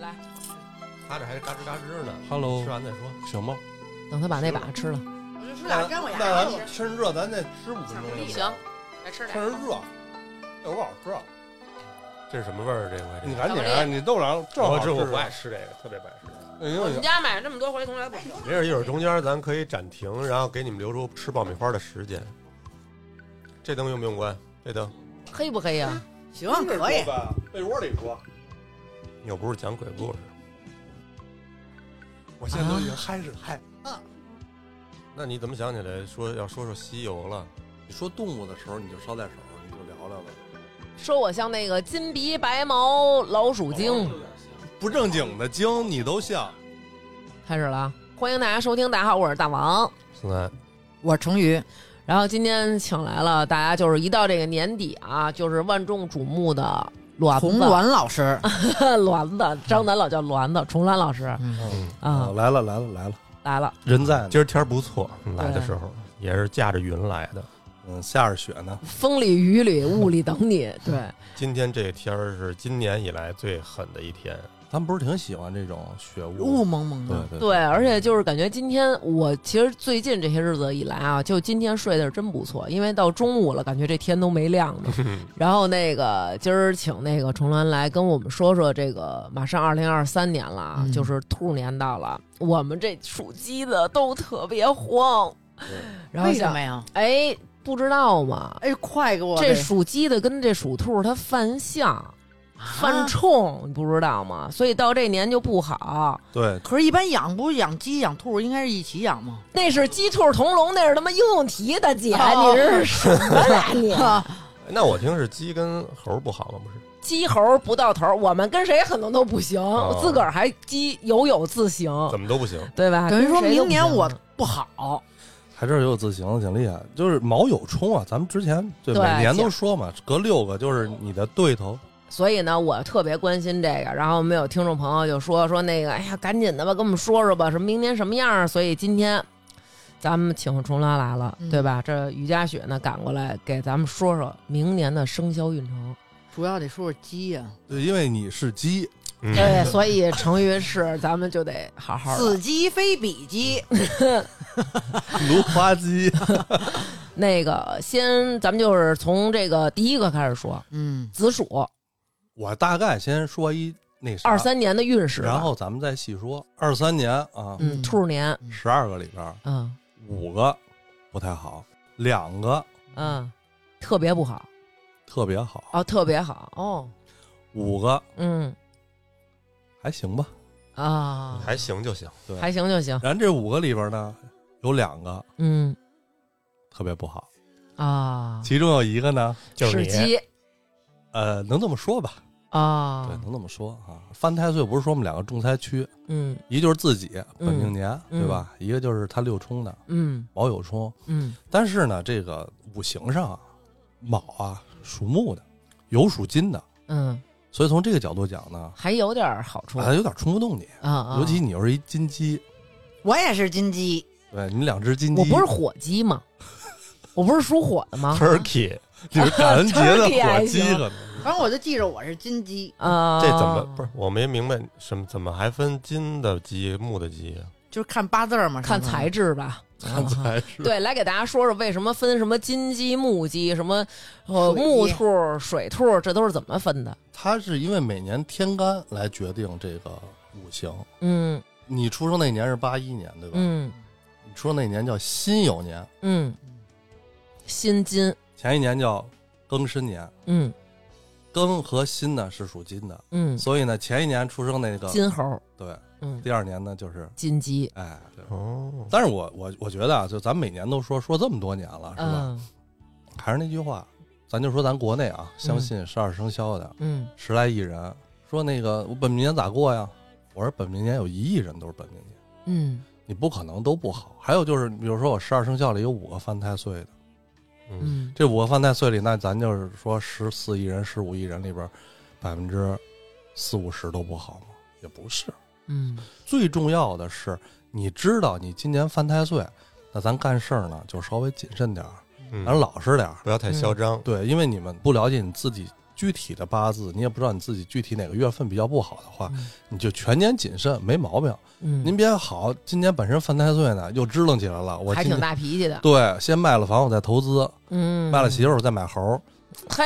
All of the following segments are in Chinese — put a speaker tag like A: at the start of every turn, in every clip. A: 来，
B: 他这还嘎吱嘎吱呢。
C: Hello，
B: 吃完再说。
C: 行吧，
D: 等他把那把吃了。
A: 我就吃
B: 那
A: 俩，真我牙
B: 那咱
A: 疼。
B: 们趁热，咱再吃五分钟。
A: 嗯行，来吃
B: 趁
A: 俩
B: 着。热，
C: 哎
B: 这不好吃。
C: 啊这是什么味儿？这回这
B: 你赶紧啊！你豆芽正好
C: 我这
B: 吃
C: 我
B: 着
C: 不爱吃这啊个，特别不爱吃。
A: 我
B: 哎呦
A: 们
B: 你
A: 家买了这么多回来从来不吃。
B: 没
C: 没事，一会儿中间咱可以暂停，然后给你们留出吃爆米花的时间。这灯用不用关？这灯
D: 黑不黑呀、
A: 行可以。
B: 被窝里说，
C: 又不是讲鬼故事。
B: 我
D: 现在都已经
B: 嗨着啊嗨。
C: 那你怎么想起来说要说说西游了？
B: 你说动物的时候，你就捎带手，你就聊聊吧。
D: 说我像那个金鼻白毛老鼠精，
B: 不正经的精你都像，
D: 开始了啊。欢迎大家收听，大家好，我是大王。
C: 孙楠，
E: 我是啊成宇，
D: 然后今天请来了大家，就是一到这个年底啊，就是万众瞩目的栾
E: 红
D: 子，
E: 鸾老师，
D: 栾子，张楠老叫栾子，重峦老师
B: 嗯，
D: 啊
B: 来了来了来了，
D: 来了。
B: 人在，
C: 今儿天儿不错，来的时候也是驾着云来的。
B: 嗯，下着雪呢。
D: 风里雨里雾里等你，对，
C: 今天这天儿是今年以来最狠的一天，
B: 咱们不是挺喜欢这种雪
E: 雾
B: 雾？
E: 蒙蒙的，
B: 对
D: 对，而且就是感觉今天我其实最近这些日子以来啊，就今天睡的是真不错，因为到中午了，感觉这天都没亮呢。然后那个今儿请那个重峦来跟我们说说这个，马上二零二三年了啊，
E: 嗯
D: 就是兔年到了，我们这属鸡的都特别慌，然后
E: 为什
D: 想
E: 么，呀？
D: 哎，不知道嘛，
E: 哎，快给我
D: 这属鸡的跟这属兔它犯相。
E: 啊
D: 犯冲，你不知道吗？所以到这年就不好。
B: 对，
E: 可是，一般养不是养鸡养兔，应该是一起养吗？
D: 那是鸡兔同笼，那是他妈应用题的姐，
E: 哦
D: 你这是什么 来你？
C: 那我听是鸡跟猴不好吗？不是，
D: 鸡猴不到头，我们跟谁可能都不行，
C: 哦
D: 自个儿还鸡有有自行，
C: 怎么都不行。
D: 对吧？
E: 等于说
D: 跟谁都
E: 明
D: 不行啊
E: 年我不好，
B: 还真是有自行，挺厉害。就是毛有冲啊，咱们之前对
D: 对
B: 每年都说嘛，隔六个就是你的对头。
D: 所以呢，我特别关心这个。然后我们有听众朋友就说说那个，哎呀，赶紧的吧，跟我们说说吧，什么明年什么样儿？所以今天咱们请重拉来了，
E: 嗯
D: 对吧？这于佳雪呢赶过来给咱们说说明年的生肖运程。
E: 主要得说说鸡呀，
B: 对因为你是鸡，
C: 嗯
D: 对，所以成语是咱们就得好好的。
E: 此鸡非彼鸡，
B: 芦花鸡，
D: 那个先，咱们就是从这个第一个开始说，
E: 嗯，
D: 子鼠
B: 我大概先说一那啥
D: 二，三年的运势吧，
B: 然后咱们再细说。二三年啊，
D: 嗯，兔年，
B: 十二个里边儿
D: 嗯
B: 五个不太好，两个
D: 嗯，特别不好
B: 特别好，
D: 哦，特别好哦，
B: 五个
D: 嗯
B: 还行吧。
D: 啊，
C: 还行就行。
B: 对
D: 还行就行，
B: 然后这五个里边呢，有两个
D: 嗯
B: 特别不好，
D: 啊，
B: 其中有一个呢，
C: 就是
D: 是
C: 你
D: 鸡啊
B: 呃，能这么说吧？对，
D: 啊，
B: 能这么说啊。犯太岁不是说我们两个重灾区，
D: 嗯
B: 一就是自己本命年，
D: 嗯
B: 对吧？一个就是他六冲的
D: 嗯
B: 卯酉冲，
D: 嗯
B: 但是呢，这个五行上啊，卯啊属木的，酉属金的，
D: 嗯，
B: 所以从这个角度讲呢，
D: 还有点好处
B: 啊，
D: 啊
B: 有点冲不动你，
D: 啊，
B: 尤其你又是一金鸡，
E: 我也是金鸡，
B: 对你两只金鸡，
D: 我不是火鸡吗？我不是属火的吗？
C: Turkey，
B: 你是感恩节的
D: Turkey 还
B: 火
D: 行
B: 鸡可能。
E: 反正我就记着我是金 鸡，
D: 啊，
C: 这怎么不是？我没明白什么怎么还分金的鸡、木的鸡啊？
E: 就是看八字儿嘛，
D: 看
E: 是吗
D: 材质吧？
B: 看才是
D: 对，来给大家说说为什么分什么金鸡、木鸡、什么呃
E: 水鸡
D: 木兔、水兔，这都是怎么分的？
B: 它是因为每年天干来决定这个五行。
D: 嗯
B: 你出生那年是八一年，对吧？
D: 嗯
B: 你出生那年叫辛酉年，
D: 嗯，辛金，
B: 前一年叫庚申年。
D: 嗯
B: 庚和辛呢是属金的，
D: 嗯，
B: 所以呢，前一年出生那个
D: 金猴，
B: 对，
D: 嗯，
B: 第二年呢就是
D: 金鸡，
B: 哎。对
C: 哦，
B: 但是我我我觉得啊，就咱每年都说说这么多年了，是吧？
D: 嗯
B: 还是那句话，咱就说咱国内啊，相信十二生肖的，
D: 嗯
B: 十来亿人，说那个我本命年咋过呀？我说本命年有一亿人都是本命年，
D: 嗯
B: 你不可能都不好。还有就是，比如说我十二生肖里有五个犯太岁的，
C: 嗯，
D: 嗯，
B: 这五个犯太岁里，那咱就是说十四亿人、十五亿人里边，百分之四五十都不好吗？也不是。
D: 嗯
B: 最重要的是，你知道你今年犯太岁，那咱干事儿呢就稍微谨慎点儿，
C: 嗯
B: 咱老实点儿。
D: 嗯
C: 不要太嚣张。
B: 对，因为你们不了解你自己具体的八字，你也不知道你自己具体哪个月份比较不好的话，
D: 嗯
B: 你就全年谨慎，没毛病。
D: 嗯，
B: 您别好，今年本身犯太岁呢，又支棱起来了。我
D: 还
B: 今
D: 挺
B: 年
D: 大脾气的，
B: 对，先卖了房，我再投资；
D: 嗯，
B: 卖了媳妇儿，我再买猴儿。
D: 嘿，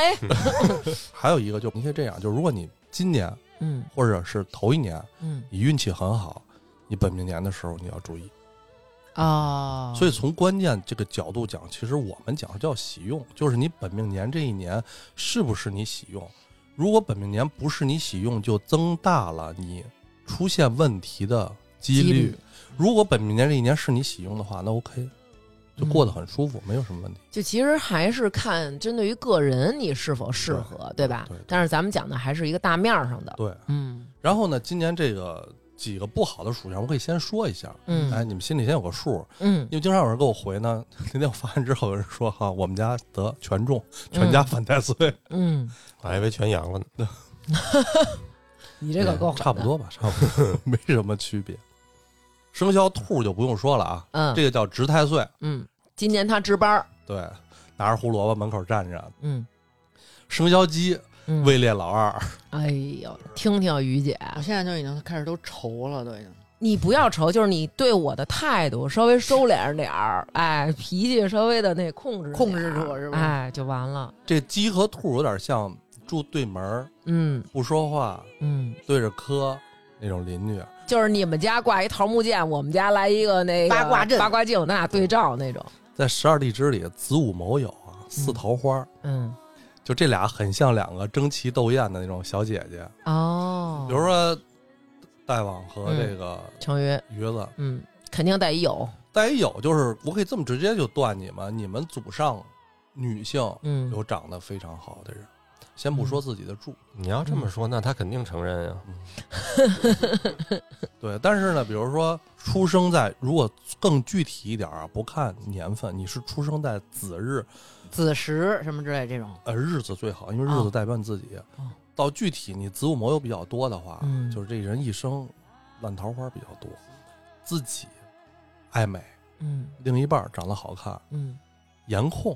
B: 还有一个就你可以这样，就是如果你今年
D: 嗯
B: 或者是头一年
D: 嗯
B: 你运气很好，你本命年的时候你要注意。
D: 哦，
B: 所以从关键这个角度讲，其实我们讲叫喜用，就是你本命年这一年是不是你喜用。如果本命年不是你喜用，就增大了你出现问题的几率。
D: 几率
B: 如果本命年这一年是你喜用的话，那 OK，就过得很舒
D: 嗯
B: 服，没有什么问题。
D: 就其实还是看针对于个人你是否适合，对吧
B: 对对？
D: 但是咱们讲的还是一个大面儿上的，
B: 对，
D: 嗯
B: 然后呢，今年这个几个不好的属相，我可以先说一下，
D: 嗯
B: 哎，你们心里先有个数。
D: 嗯
B: 因为经常有人给我回呢， 那天我发完之后，有人说哈、我们家得全中，全家犯太岁。
D: 嗯，
C: 我还以为全阳了呢。
D: 你这个
B: 对
D: 够狠的
B: 哎差不，多吧，差不多，没什么区别。生肖兔就不用说了啊，
D: 嗯
B: 这个叫值太岁，
D: 嗯，今年他值班儿，
B: 对，拿着胡萝卜门口站着。
D: 嗯
B: 生肖鸡
D: 嗯，
B: 位列老二，
D: 哎呦，听听于姐，
E: 我现在就已经开始都愁了，都已经。
D: 你不要愁，就是你对我的态度稍微收敛着点儿，哎，脾气稍微的那控制
E: 控制
D: 点儿
E: 住我是吧
D: 哎，就完了，
B: 这鸡和兔有点像住对门儿
D: 嗯
B: 不说话，
D: 嗯，
B: 对着磕那种邻居。
D: 就是你们家挂一桃木剑，我们家来一个那个
E: 八卦阵
D: 八卦镜，那对照那种，
B: 在十二地支里，子午卯酉啊，四桃花，
D: 嗯，
B: 就这俩很像两个争奇斗艳的那种小姐姐。
D: 哦，
B: 比如说，大王
D: 嗯
B: 和这个
D: 成语，
B: 鱼子，
D: 嗯，肯定得有，
B: 再一有就是，我可以这么直接就断你们，你们祖上女性
D: 嗯
B: 有长得非常好的人，先不说自己的柱，
C: 你要这么
D: 嗯
C: 说，那他肯定承认啊呀、
B: 对，但是呢，比如说出生在，如果更具体一点啊，不看年份，你是出生在子日，
E: 子时什么之类这种，
B: 呃，日子最好，因为日子代表你自己。
D: 哦
B: 到具体你子午卯酉比较多的话，
D: 嗯
B: 就是这人一生烂桃花比较多，自己爱美，
D: 嗯
B: 另一半长得好看，
D: 嗯
B: 颜控。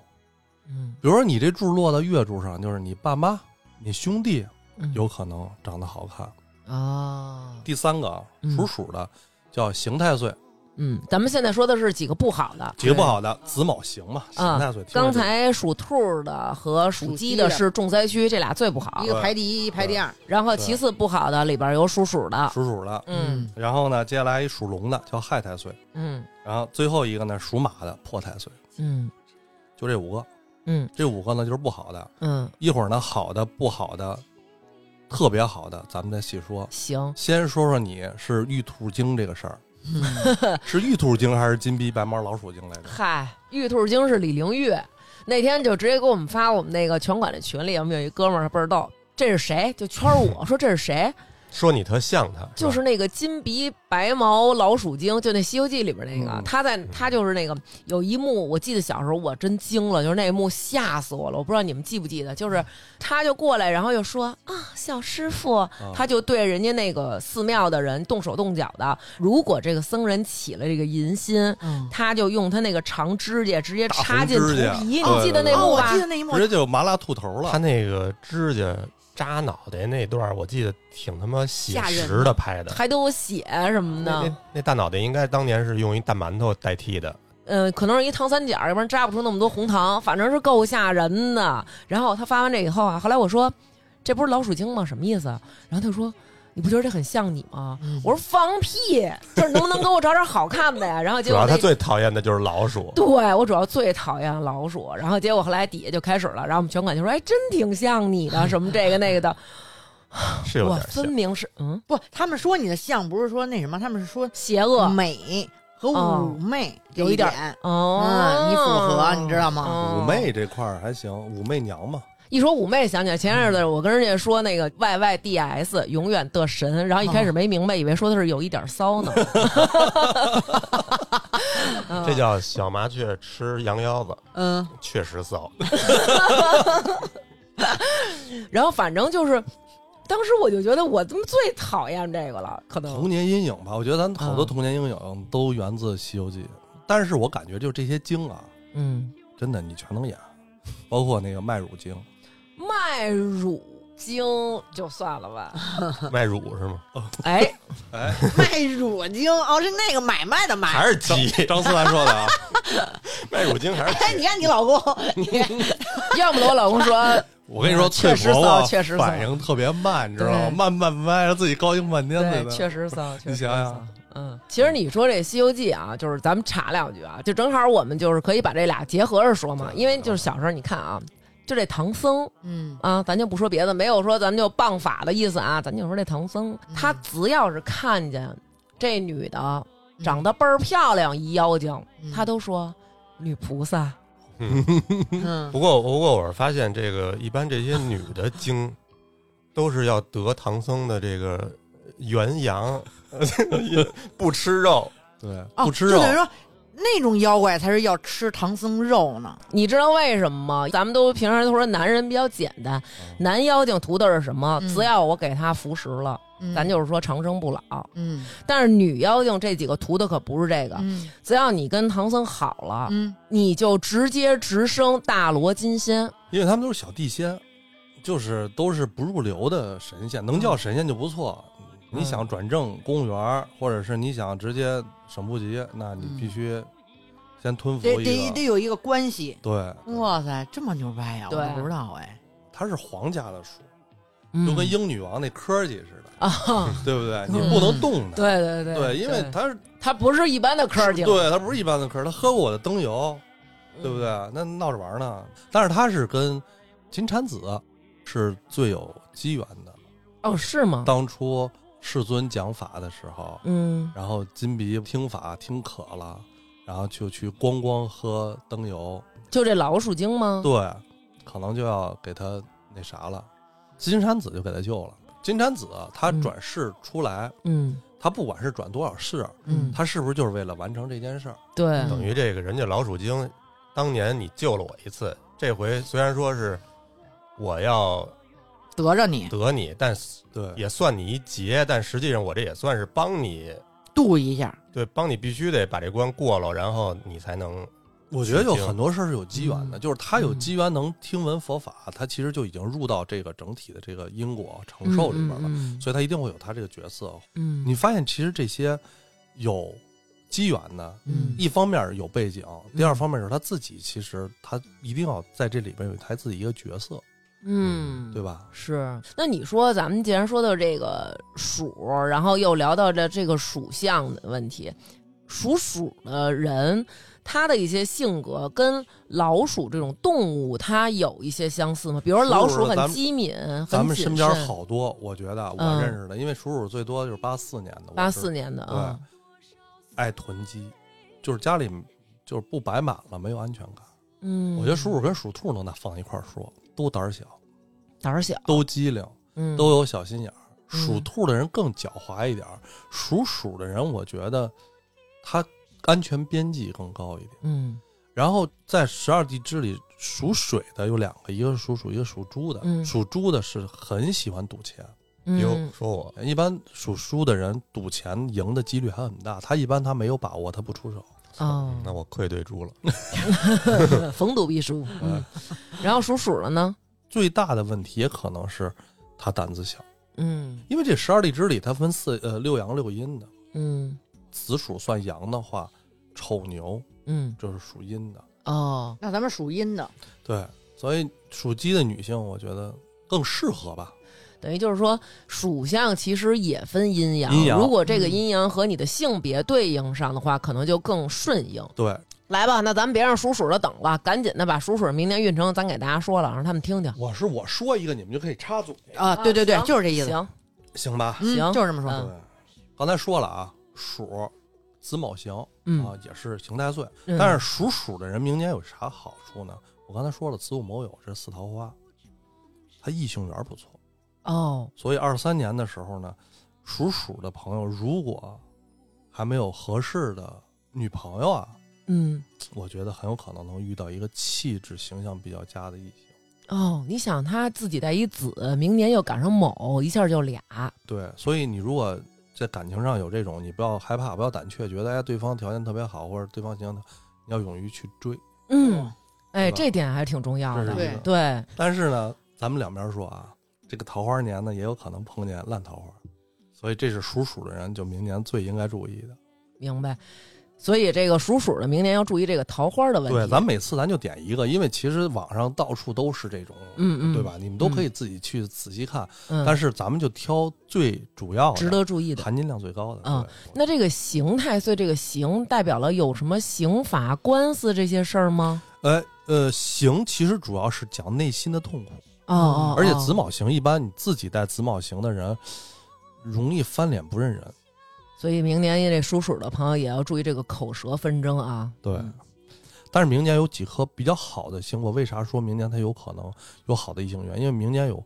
D: 嗯
B: 比如说你这柱落到月柱上，就是你爸妈、你兄弟
D: 嗯，
B: 有可能长得好看。
D: 啊，
B: 第三个啊
D: 嗯
B: 属鼠的叫刑太岁，
D: 嗯，咱们现在说的是几个不好的，
B: 几个不好的子卯刑嘛，刑太岁。听着
D: 啊刚
B: 就
D: 才属兔的和属鸡的
E: 属鸡的
D: 是重灾区，这俩最不好
E: 一。个排第一，一排第二。
D: 然后其次不好的里边有属鼠的，
B: 属鼠的，
D: 嗯
B: 然后呢，接下来一属龙的叫亥太岁，
D: 嗯
B: 然后最后一个呢属马的破太岁，
D: 嗯
B: 就这五个。
D: 嗯
B: 这五个呢就是不好的，
D: 嗯，
B: 一会儿呢好的、不好的、特别好的，咱们再细说。
D: 行，
B: 先说说你是玉兔精这个事儿，
D: 嗯
B: 是玉兔精还是金逼白毛老鼠精来着？
D: 嗨，玉兔精是李玲玉，那天就直接给我们发我们那个拳馆的群里，我们有一哥们儿倍儿逗，这是谁？就圈我说这是谁？
C: 说你特像他，
D: 就是是那个金鼻白毛老鼠精，就那《西游记》里边那个，
B: 嗯
D: 他在他就是那个有一幕，我记得小时候我真惊了，就是那一幕吓死我了，我不知道你们记不记得，就是他就过来，然后又说啊，小师
B: 啊
D: 傅，他就对人家那个寺庙的人动手动脚的，如果这个僧人起了这个淫心。
E: 嗯，
D: 他就用他那个长指甲直接插进
B: 大
D: 头
B: 红指甲啊
D: 皮，
B: 对
D: 你记得那
E: 哦，
D: 幕
E: 我
D: 吧
E: 记？得那一幕
B: 直，接就麻辣兔头
C: 吧他
B: 了。
C: 那个指甲扎脑袋那段儿，我记得挺他妈写
E: 吓人
C: 实的拍的。
D: 还都有血什么
C: 那
D: 的
C: 那，那大脑袋应该当年是用一大馒头代替的，
D: 嗯，可能是一糖三角，要不然扎不出那么多红糖，反正是够吓人的。然后他发完这以后啊，后来我说这不是老鼠精吗？什么意思啊？然后他就说你不觉得这很像你 吗？
E: 嗯
D: 我说放屁，就是能不能给我找点好看的呀？然后结
C: 主
D: 果
C: 要他
D: 那
C: 最讨厌的就是老鼠。
D: 对我主要最讨厌老鼠，然后结果后来底下就开始了，然后我们全馆就说哎，真挺像你的，什么这个那个 的，
C: 是有
D: 我
C: 点像
D: 分，明是嗯
E: 不，他们说你的像不是说那什么，他们是说
D: 邪恶
C: 嗯
E: 美和妩媚
D: 哦有
E: 一
D: 一点
E: 点。
D: 哦、
E: 嗯你符合你知道吗
D: 哦
B: 妩媚这块儿还行，妩媚娘嘛，
D: 一说妩媚，想起来前阵子我跟人家说那个 YYDS 永远的神，然后一
B: 哦
D: 开始没明白，以为说的是有一点骚 呢。嗯
C: 这叫小麻雀吃羊腰子，
E: 嗯，
C: 确实骚。
D: 然后反正就是，当时我就觉得我怎么最讨厌这个了，可能
B: 童年阴影吧。我觉得咱好多
D: 嗯
B: 童年阴影都源自《西游记》，但是我感觉就这些精啊，
D: 嗯
B: 真的你全能演，包括那个卖乳精，
D: 麦乳精就算了吧。
C: 卖乳是吗？
D: 哎，
E: 卖乳精哦，是那个买卖的买。
C: 还是鸡？
B: 张思涵说的 啊，
C: 卖乳精还是
E: 哎，你看你老公，
D: 要么我老公说，
B: 我跟你说，
D: 确实
B: 翠婆啊
D: 骚确实骚
B: 反应特别慢，你知道吗？
D: 对
B: 慢慢慢，让自己高兴半 天
D: 对，
B: 的。
D: 确实骚，确
B: 你
D: 实
B: 想想
D: 骚。嗯，其实你说这《西游记》啊，就是咱们查两句啊，就正好我们就是可以把这俩结合着说嘛，因为就是小时候你看啊，就这唐僧
E: 嗯，
D: 啊，咱就不说别的，没有说咱们就谤法的意思啊，咱就说这唐僧，
E: 嗯
D: 他只要是看见这女的长得倍儿漂亮一妖精，
E: 嗯
D: 他都说女菩萨。
E: 嗯
C: 不过，不过我是发现这个一般这些女的精，都是要得唐僧的这个元阳， 不吃肉。
B: 对，
E: 哦
B: 不吃
E: 就
B: 肉
E: 等于说那种妖怪才是要吃唐僧肉呢。
D: 你知道为什么吗？
E: 嗯
D: 咱们都平常都说男人比较简单，男妖精图的是什么？
E: 哦嗯
D: 只要我给他服食了，
E: 嗯
D: 咱就是说长生不老。
E: 嗯
D: 但是女妖精这几个图的可不是这个，
E: 嗯
D: 只要你跟唐僧好了，
E: 嗯
D: 你就直接直升大罗金仙。
B: 因为他们都是小地仙，就是都是不入流的神仙，能叫神仙就不错。你想转正公务员，或者是你想直接省部级，那你必须先吞服
E: 得
B: 一
E: 得
B: 个
E: 得。有一个关系。
B: 对，
E: 哇塞，这么牛掰呀！我
D: 对啊
E: 都不知道哎，
B: 他是皇家的属，
D: 嗯
B: 就跟英女王那科技似的，
D: 啊，
B: 对不对？
D: 嗯
B: 你不能动它。
D: 对对对
B: 对，因为他是
D: 他不是一般的科技，
B: 对他不是一般的科，他喝过我的灯油，对不对？那闹着玩儿呢。但是他是跟金蝉子是最有机缘的。
D: 哦，是吗？
B: 当初世尊讲法的时候，
D: 嗯
B: 然后金鼻听法听渴了，然后就去咣咣喝灯油，，
D: 就这老鼠精吗？
B: 对，可能就要给他那啥了。金蝉子就给他救了。金蝉子他
D: 嗯
B: 转世出来，
D: 嗯
B: 他不管是转多少世，
D: 嗯，
B: 他是不是就是为了完成这件事儿？
D: 对，
C: 等于这个人家老鼠精，当年你救了我一次，这回虽然说是我要
E: 得着你
C: 得你，但
B: 对，
C: 也算你一劫，但实际上我这也算是帮你，
E: 度一下，
C: 对，帮你必须得把这关过了，然后你才能
B: 我觉得有很多事儿是有机缘的，
D: 嗯
B: 就是他有机缘能听闻佛法，他其实就已经入到这个整体的这个因果承受里边了，
D: 嗯
B: 所以他一定会有他这个角色。
D: 嗯，
B: 你发现其实这些有机缘的，
D: 嗯
B: 一方面有背景，第二方面是他自己，其实他一定要在这里边有他自己一个角色，
D: 嗯
B: 对吧？
D: 是，那你说咱们既然说到这个鼠，然后又聊到这这个属相的问题，属鼠的人他的一些性格跟老鼠这种动物它有一些相似吗？比如说老鼠
B: 是咱
D: 很
B: 们
D: 机敏，
B: 咱
D: 很
B: 们
D: 谨
B: 身边
D: 慎。
B: 好多，我觉得我
D: 嗯
B: 认识的，因为鼠鼠最多就是八四年的，我
D: 八
B: 是
D: 四年的啊，
B: 爱囤积，就是家里就是不摆满了，没有安全感。
D: 嗯，
B: 我觉得鼠鼠跟鼠兔能拿放一块儿说，都胆儿小，
D: 胆儿小，
B: 都机灵，
D: 嗯，
B: 都有小心眼儿。
D: 嗯
B: 属兔的人更狡猾一点儿，属鼠的人我觉得他安全边际更高一点。
D: 嗯
B: 然后在十二地支里，属水的有两个，一个是属鼠，一个属猪的。
D: 嗯
B: 属猪的是很喜欢赌钱，
C: 有
D: 嗯
C: 说我
B: 一般属猪的人赌钱赢的几率还很大，他一般他没有把握，他不出手。
D: 哦，
C: 那我愧对猪了。
D: 逢赌必输。嗯， 然后属鼠的呢，
B: 最大的问题也可能是他胆子小，
D: 嗯
B: 因为这十二地支里它分四呃六阳六阴的，
D: 嗯
B: 子鼠算阳的话，丑牛
D: 嗯，
B: 就是属阴的，
D: 哦，
E: 那咱们属阴的，
B: 对，所以属鸡的女性我觉得更适合吧。
D: 等于就是说，属相其实也分阴阳。
B: 阴阳
D: 如果这个阴阳和你的性别对应上的话，可能就更顺应。
B: 对，
D: 来吧，那咱们别让属鼠的等了，赶紧的把属鼠明年运程咱给大家说了，让他们听听。
B: 我是我说一个，你们就可以插嘴，
E: 啊，对对对
D: 行，
E: 就是这意思，
D: 行，
B: 行吧？
E: 嗯
D: 行
E: 就是这么说。
D: 嗯
B: 对，刚才说了啊，鼠子卯刑
D: 嗯
B: 啊，也是刑太岁，
D: 嗯
B: 但是属鼠的人明年有啥好处呢？我刚才说了，子午卯酉这是四桃花，他异性缘不错，
D: 哦，
B: 所以二三年的时候呢，属鼠的朋友如果还没有合适的女朋友啊，
D: 嗯，
B: 我觉得很有可能能遇到一个气质形象比较佳的异性。
D: 哦，你想他自己带一子，明年又赶上卯，一下就俩，
B: 对，所以你如果在感情上有这种，你不要害怕，不要胆怯，觉得哎对方条件特别好，或者对方形象特，你要勇于去追。
D: 嗯，哎，
B: 对吧
D: 这点还是挺重要
B: 这
D: 的
B: 是
E: 对
B: 一个。
D: 啊对，
B: 但是呢，咱们两边说啊，这个桃花年呢，也有可能碰见烂桃花，所以这是属鼠的人就明年最应该注意的。
D: 明白。所以这个属鼠的明年要注意这个桃花的问题。
B: 对，咱每次咱就点一个，因为其实网上到处都是这种，
D: 嗯嗯，
B: 对吧？你们都可以自己去仔细看，
D: 嗯？
B: 但
D: 是
B: 是咱们就挑最主要的、
D: 值得注意的。
B: 含金量最高的。
D: 嗯
B: 对，
D: 那这个刑太岁，这个刑代表了有什么刑法、官司这些事儿吗？
B: 呃呃，行，其实主要是讲内心的痛苦，
D: 哦哦，
B: 而且
D: 哦
B: 紫卯型一般你自己带紫卯型的人，容易翻脸不认人。
D: 所以明年也得属鼠的朋友也要注意这个口舌纷争啊。
B: 对
D: 嗯，
B: 但是明年有几颗比较好的星，我为啥说明年它有可能有好的异性缘？因为明年有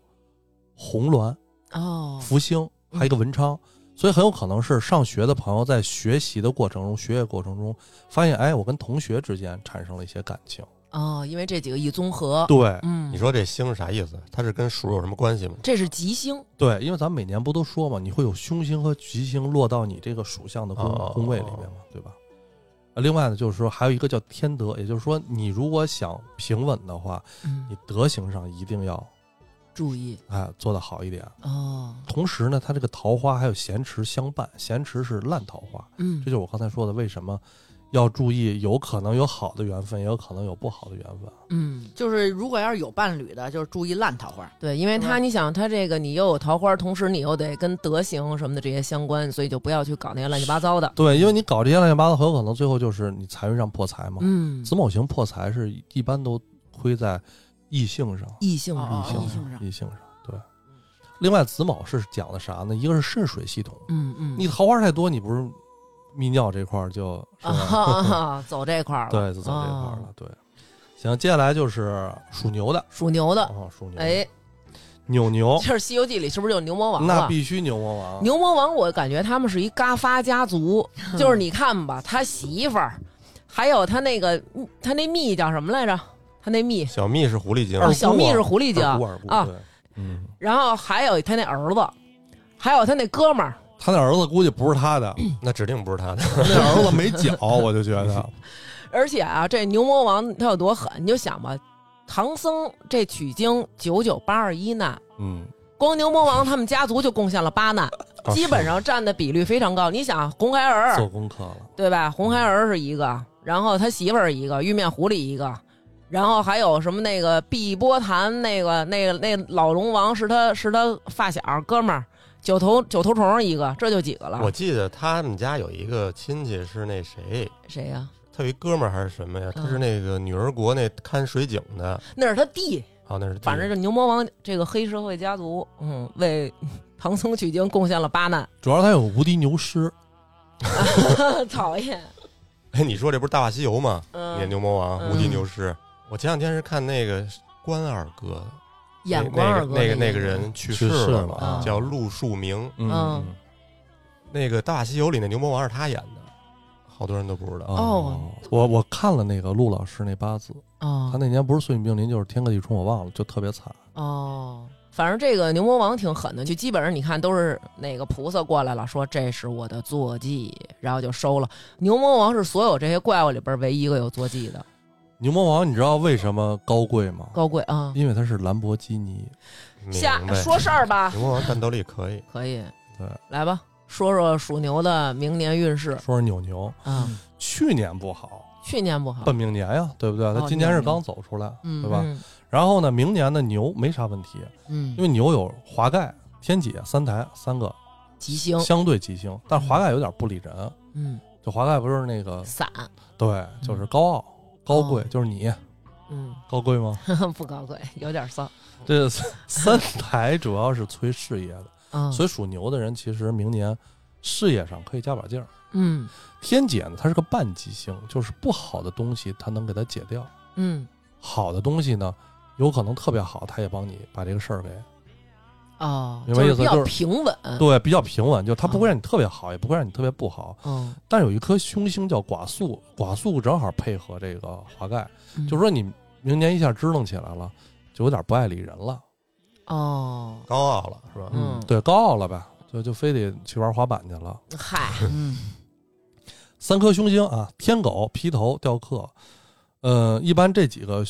B: 红鸾、
D: 哦，
B: 福星，还有一个文昌，所以很有可能是上学的朋友在学习的过程中、学业过程中发现，哎，我跟同学之间产生了一些感情。
D: 哦，因为这几个一综合，
B: 对
D: 嗯，
C: 你说这星是啥意思？它是跟鼠有什么关系吗？
D: 这是吉星，
B: 对，因为咱们每年不都说嘛，你会有凶星和吉星落到你这个属相的宫
C: 哦
B: 宫位里面嘛，对吧？呃另外呢，就是说还有一个叫天德，也就是说，你如果想平稳的话，
D: 嗯
B: 你，德行上一定要
D: 注意
B: 哎做得好一点。
D: 哦，
B: 同时呢，它这个桃花还有咸池相伴，咸池是烂桃花，
D: 嗯
B: 这就是我刚才说的为什么要注意，有可能有好的缘分，也有可能有不好的缘分。啊
D: 嗯，
E: 就是如果要是有伴侣的，就是注意烂桃花。
D: 对，因为
E: 是吧
D: 他，你想他这个你又有桃花，同时你又得跟德行什么的这些相关，所以就不要去搞那些乱七八糟的。
B: 对，因为你搞这些乱七八糟，很有可能最后就是你财运上破财嘛。
D: 嗯，
B: 子卯型破财是一般都亏在异性上，
D: 异性
E: 哦
D: 嘛
E: 哦
B: 性
E: 异性上
B: 异性上对。另外，子卯是讲的啥呢？一个是肾水系统，
D: 嗯嗯，
B: 你桃花太多，你不是泌尿这块儿就是吧
D: 啊哈哈， 走这块儿了，
B: 对，就走这块儿
D: 哦
B: 了。对，行，接下来就是属牛的
D: 属牛的，
B: 哦，属牛，
D: 哎，
B: 扭牛，
D: 这是《西游记》里是不是有牛魔王
B: 哦那
D: 了？
B: 必须牛魔王。
D: 牛魔王，我感觉他们是一嘎发家族，就是你看吧，他媳妇儿，还有他那个他那蜜叫什么来着？他那蜜，
C: 小蜜是狐狸精，
B: 二姑啊
D: 小蜜是狐狸精，
B: 二姑二姑
D: 啊
B: 对，嗯，
D: 然后还有他那儿子，还有他那哥们儿，
B: 他那儿子估计不是他的，
D: 嗯
C: 那指定不是他的。
B: 那儿子没脚，我就觉得，
D: 而且啊，这牛魔王他有多狠，你就想吧，唐僧这取经九九八十一难，
B: 嗯，
D: 光牛魔王他们家族就贡献了八难，
C: 啊
D: 基本上占的比率非常高。你想，红孩儿
B: 做功课了。
D: 对吧？红孩儿是一个，然后他媳妇儿一个，玉面狐狸一个，然后还有什么那个碧波潭那个那个那老龙王是他是他发小哥们儿，九头九头虫一个，这就几个
C: 哦我
D: 了。
C: 记得他们家有一个亲戚是那谁，
D: 谁呀、
C: 他有一哥们儿还是什么呀？
D: 嗯
C: 他是那个女儿国那看水井的，
D: 那是他弟，
C: 啊，那是
D: 反正就牛魔王这个黑社会家族，嗯，为 唐僧取经贡献了八难，
B: 主要他有无敌牛师，
D: 讨厌。
C: 哎，你说这不是《大话西游》吗？
D: 嗯、
C: 演牛魔王、
D: 嗯
C: 无敌牛师。我前两天是看那个关二哥，
D: 眼
C: 那
D: 光二哥
C: 那个
D: 个嗯
C: 那个那个，人去
B: 去世
C: 了
B: 了
C: 嘛
D: 啊，
C: 叫陆树铭。
D: 嗯
C: 那个《大话西游》里那牛魔王是他演的，好多人都不知道。
D: 哦，
B: 我我看了那个陆老师那八字，他
D: 哦
B: 那年不是岁运并临，就是天克地冲，我忘了，就特别惨。
D: 哦，反正这个牛魔王挺狠的，就基本上你看都是哪个菩萨过来了，说这是我的坐骑，然后就收了。牛魔王是所有这些怪物里边唯一一个有坐骑的
B: 牛魔王，你知道为什么高贵吗？
D: 高贵啊。
B: 因为他是兰博基尼。
C: 明
D: 下
C: 白。
D: 啊说事儿吧，
C: 牛魔王战斗力可以，
D: 可以
B: 对，
D: 来吧，说说属牛的明年运势
B: 说是扭牛，
D: 啊。
B: 去年不好，
D: 去年不好，
B: 本命年呀，对不对？他今年是刚走出来，
D: 哦嗯，
B: 对吧？
D: 嗯？
B: 然后呢，明年的牛没啥问题，
D: 嗯，
B: 因为牛有华盖、天解、三台三个
D: 吉星，
B: 相对吉星，但是华盖有点不理人。
D: 嗯，
B: 就华盖不是那个
D: 散，
B: 对，就是高傲、高
D: 哦
B: 贵，就是你
D: 嗯，
B: 高贵吗？
D: 不高贵，有点骚，
B: 这三台主要是催事业的，
D: 嗯，
B: 所
D: 以，
B: 以属牛的人其实明年事业上可以加把劲儿。
D: 嗯
B: 天解呢，它是个半吉星，就是不好的东西它能给它解掉，
D: 嗯，
B: 好的东西呢，有可能特别好，它也帮你把这个事儿给
D: 哦，
B: 明白意思
D: 比
B: 就
D: 较
B: 是
D: 平稳，
B: 对比较平稳，就它不会让你特别好，也不会让你特别不好。
D: 嗯，
B: 但有一颗凶星叫寡宿，寡宿正好配合这个华盖，
D: 嗯
B: 就是说你明年一下支棱起来了，就有点不爱理人了，
D: 哦，
C: 高傲了是吧？
D: 嗯
B: 对，高傲了呗，就就非得去玩滑板去了。
D: 嗨，
E: 嗯，
B: 三颗凶星啊，天狗、披头、雕刻，呃，一般这几个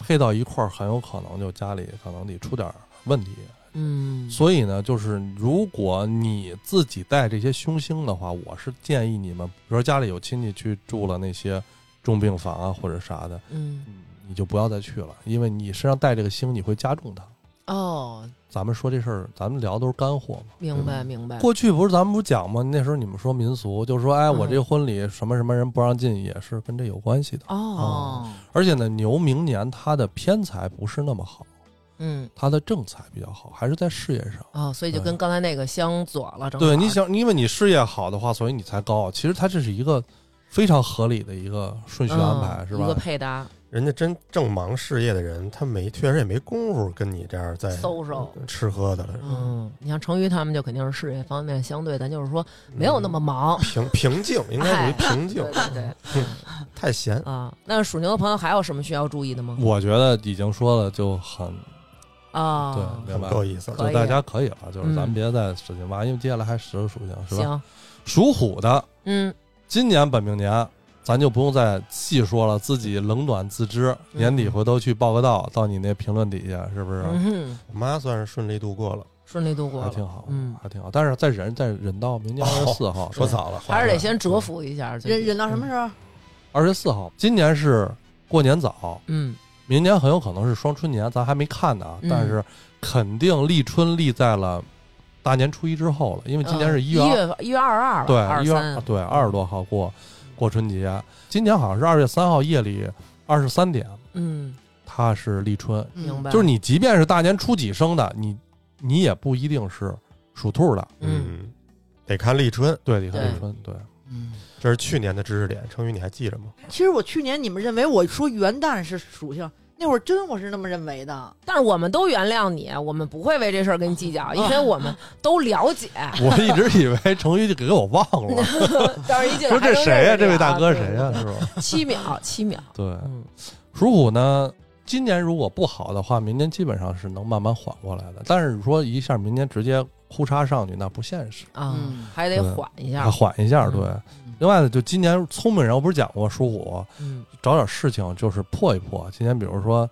B: 配到一块儿，很有可能就家里可能得出点儿问题。
D: 嗯，
B: 所以呢，就是如果你自己带这些凶星的话，我是建议你们，比如说家里有亲戚去住了那些重病房啊或者啥的，
D: 嗯
B: 嗯你就不要再去了，因为你身上带这个星，你会加重它。
D: 哦，
B: 咱们说这事儿，咱们聊的都是干货嘛。
D: 明白明白，
B: 过去不是咱们不讲吗？那时候你们说民俗，就是说，哎，我这婚礼什么什么人不让进，也是跟这有关系的。
D: 哦，
E: 哦，
B: 而且呢，牛明年它的偏财不是那么好，
D: 嗯。
B: 它的正财比较好，还是在事业上。
D: 哦，所以就
B: 对
D: 跟刚才那个相左了，正好
B: 嗯对，你，想，因为你事业好的话，所以你才高。其实它这是一个非常合理的一个顺序安排，
D: 嗯
B: 是
D: 一个
B: 吧？
D: 配搭
C: 人家真正忙事业的人，他没确实也没工夫跟你这样在
D: ，social，
C: 吃喝的了，
D: 嗯，你像成瑜他们就肯定是事业方面相对，咱就是说没
B: 嗯
D: 有那么忙，
C: 嗯
D: 哎
C: 平平静，应该属于平静，
D: 对
C: 太闲。
D: 啊。那属牛的朋友还有什么需要注意的吗？
B: 我觉得已经说了就很
D: 啊，
B: 对，
C: 很
B: 明白。
C: 嗯够意思了，
D: 可
B: 就
D: 以
B: 大家可以了，就是咱
D: 嗯
B: 们别再使劲挖，因为接下来还十个属相是吧？
D: 行，
B: 属虎的
D: 嗯，
B: 今年本命年，咱就不用再细说了，自己冷暖自知。
D: 嗯
B: 年底回头去报个到，到你那评论底下是不是？
D: 嗯哼，
C: 我妈算是顺利度过了，
D: 顺利度过
B: 还
D: 了，
B: 挺好，
D: 嗯，
B: 还挺好。但是再忍再忍到明年二十四号，
C: 哦说早了，
D: 还是得先蛰伏一下，最
E: 忍
D: 近
E: 忍到什么时候？
B: 二十四号。今年是过年早，
D: 嗯
B: 明年很有可能是双春年，咱还没看呢啊。
D: 嗯
B: 但是肯定立春立在了大年初一之后了，因嗯为今年是
D: 嗯一
B: 一月二、
D: 月一月二十二吧，
B: 对
D: 二
B: 一
D: 十
B: 月
D: 三
B: 二，啊对二十多号过过春节。今年好像是二月三号夜里二十三点，
D: 嗯，
B: 它是立春。
E: 嗯
D: 明白，
B: 就是你即便是大年初几生的，你你也不一定是属兔的。
D: 嗯，
C: 嗯，得看立春，
B: 对，你
D: 对
B: 看立春，对，
E: 嗯。
C: 这是去年的知识点。成宇，你还记着吗？
E: 其实我去年你们认为我说元旦是属性，那会儿真我是那么认为的。
D: 但是我们都原谅你，我们不会为这事儿跟你计 较，因为我们都了解。
B: 我一直以为成宇就给我忘了，
D: 但是一进来
B: 说这
D: 还能
B: 谁呀、
D: 认识
B: 这位大
D: 啊
B: 哥
D: 对
B: 谁呀、是吧？
D: 七秒，七秒。
B: 对，
D: 嗯
B: 属虎呢，今年如果不好的话，明年基本上是能慢慢缓过来的。但是你说一下明年直接哭嚓上去，那不现实，
D: 啊
E: 嗯，
D: 还得
B: 对
D: 缓一
B: 啊
D: 下。
B: 缓一下。对，
E: 嗯
B: 另外呢，就今年聪明人，我不是讲过属虎，
D: 嗯
B: 找点事情就是破一破。今年比如说，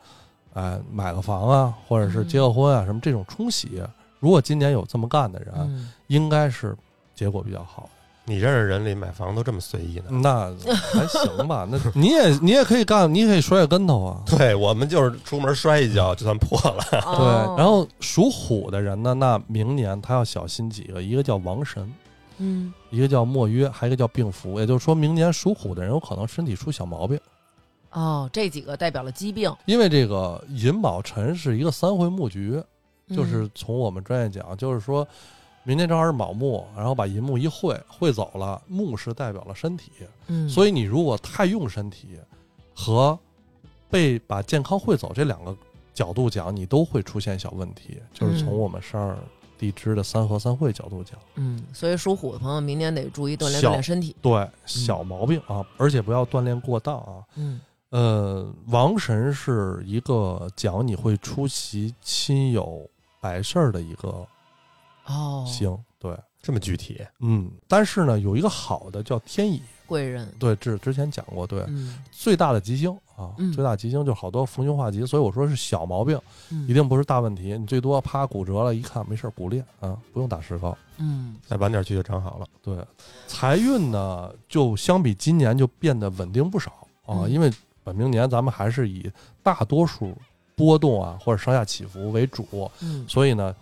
B: 哎，买个房啊，或者是
D: 嗯
B: 结个婚啊，什么这种冲喜，如果今年有这么干的人，
D: 嗯，
B: 应该是结果比较好。
C: 你认识人里买房都这么随意呢？
B: 那还行吧，那你也你也可以干，你也可以摔个跟头啊。
C: 对我们就是出门摔一跤就算破了，
D: 哦
B: 对，然后属虎的人呢，那明年他要小心几个，一个叫王神，
D: 嗯
B: 一个叫墨约，还有一个叫病符。也就是说明年属虎的人有可能身体出小毛病，
D: 哦，这几个代表了疾病，
B: 因为这个寅卯辰是一个三会木局，
D: 嗯
B: 就是从我们专业讲，就是说，明年正好是卯木，然后把寅木一会，会走了，木是代表了身体，
D: 嗯，
B: 所
D: 以
B: 以你如果太用身体和被把健康会走这两个角度讲，你都会出现小问题，就是从
D: 嗯
B: 我们十二地支的三合三会角度讲，
D: 嗯，所以属虎的朋友明年得注意锻炼
B: 小
D: 锻炼身体。
B: 对小毛病啊，而且不要锻炼过当啊。
D: 嗯
B: 呃，王神是一个讲你会出席亲友白事儿的一个
D: 哦，
B: 星，对。
C: 这么具体，
B: 嗯，但是呢，有一个好的叫天乙，
D: 贵人，
B: 对，这之前讲过，对，
D: 嗯
B: 最大的吉星啊，
D: 嗯
B: 最大吉星就好多逢凶化吉，所以我说是小毛病，
D: 嗯
B: 一定不是大问题。你最多啪骨折了，一看没事儿骨裂啊，不用打石膏。
D: 嗯
C: 再晚点去就长好了。
B: 对，财运呢，就相比今年就变得稳定不少啊，
D: 嗯
B: 因为本命年咱们还是以大多数波动啊或者上下起伏为主，
D: 嗯
B: 所以呢，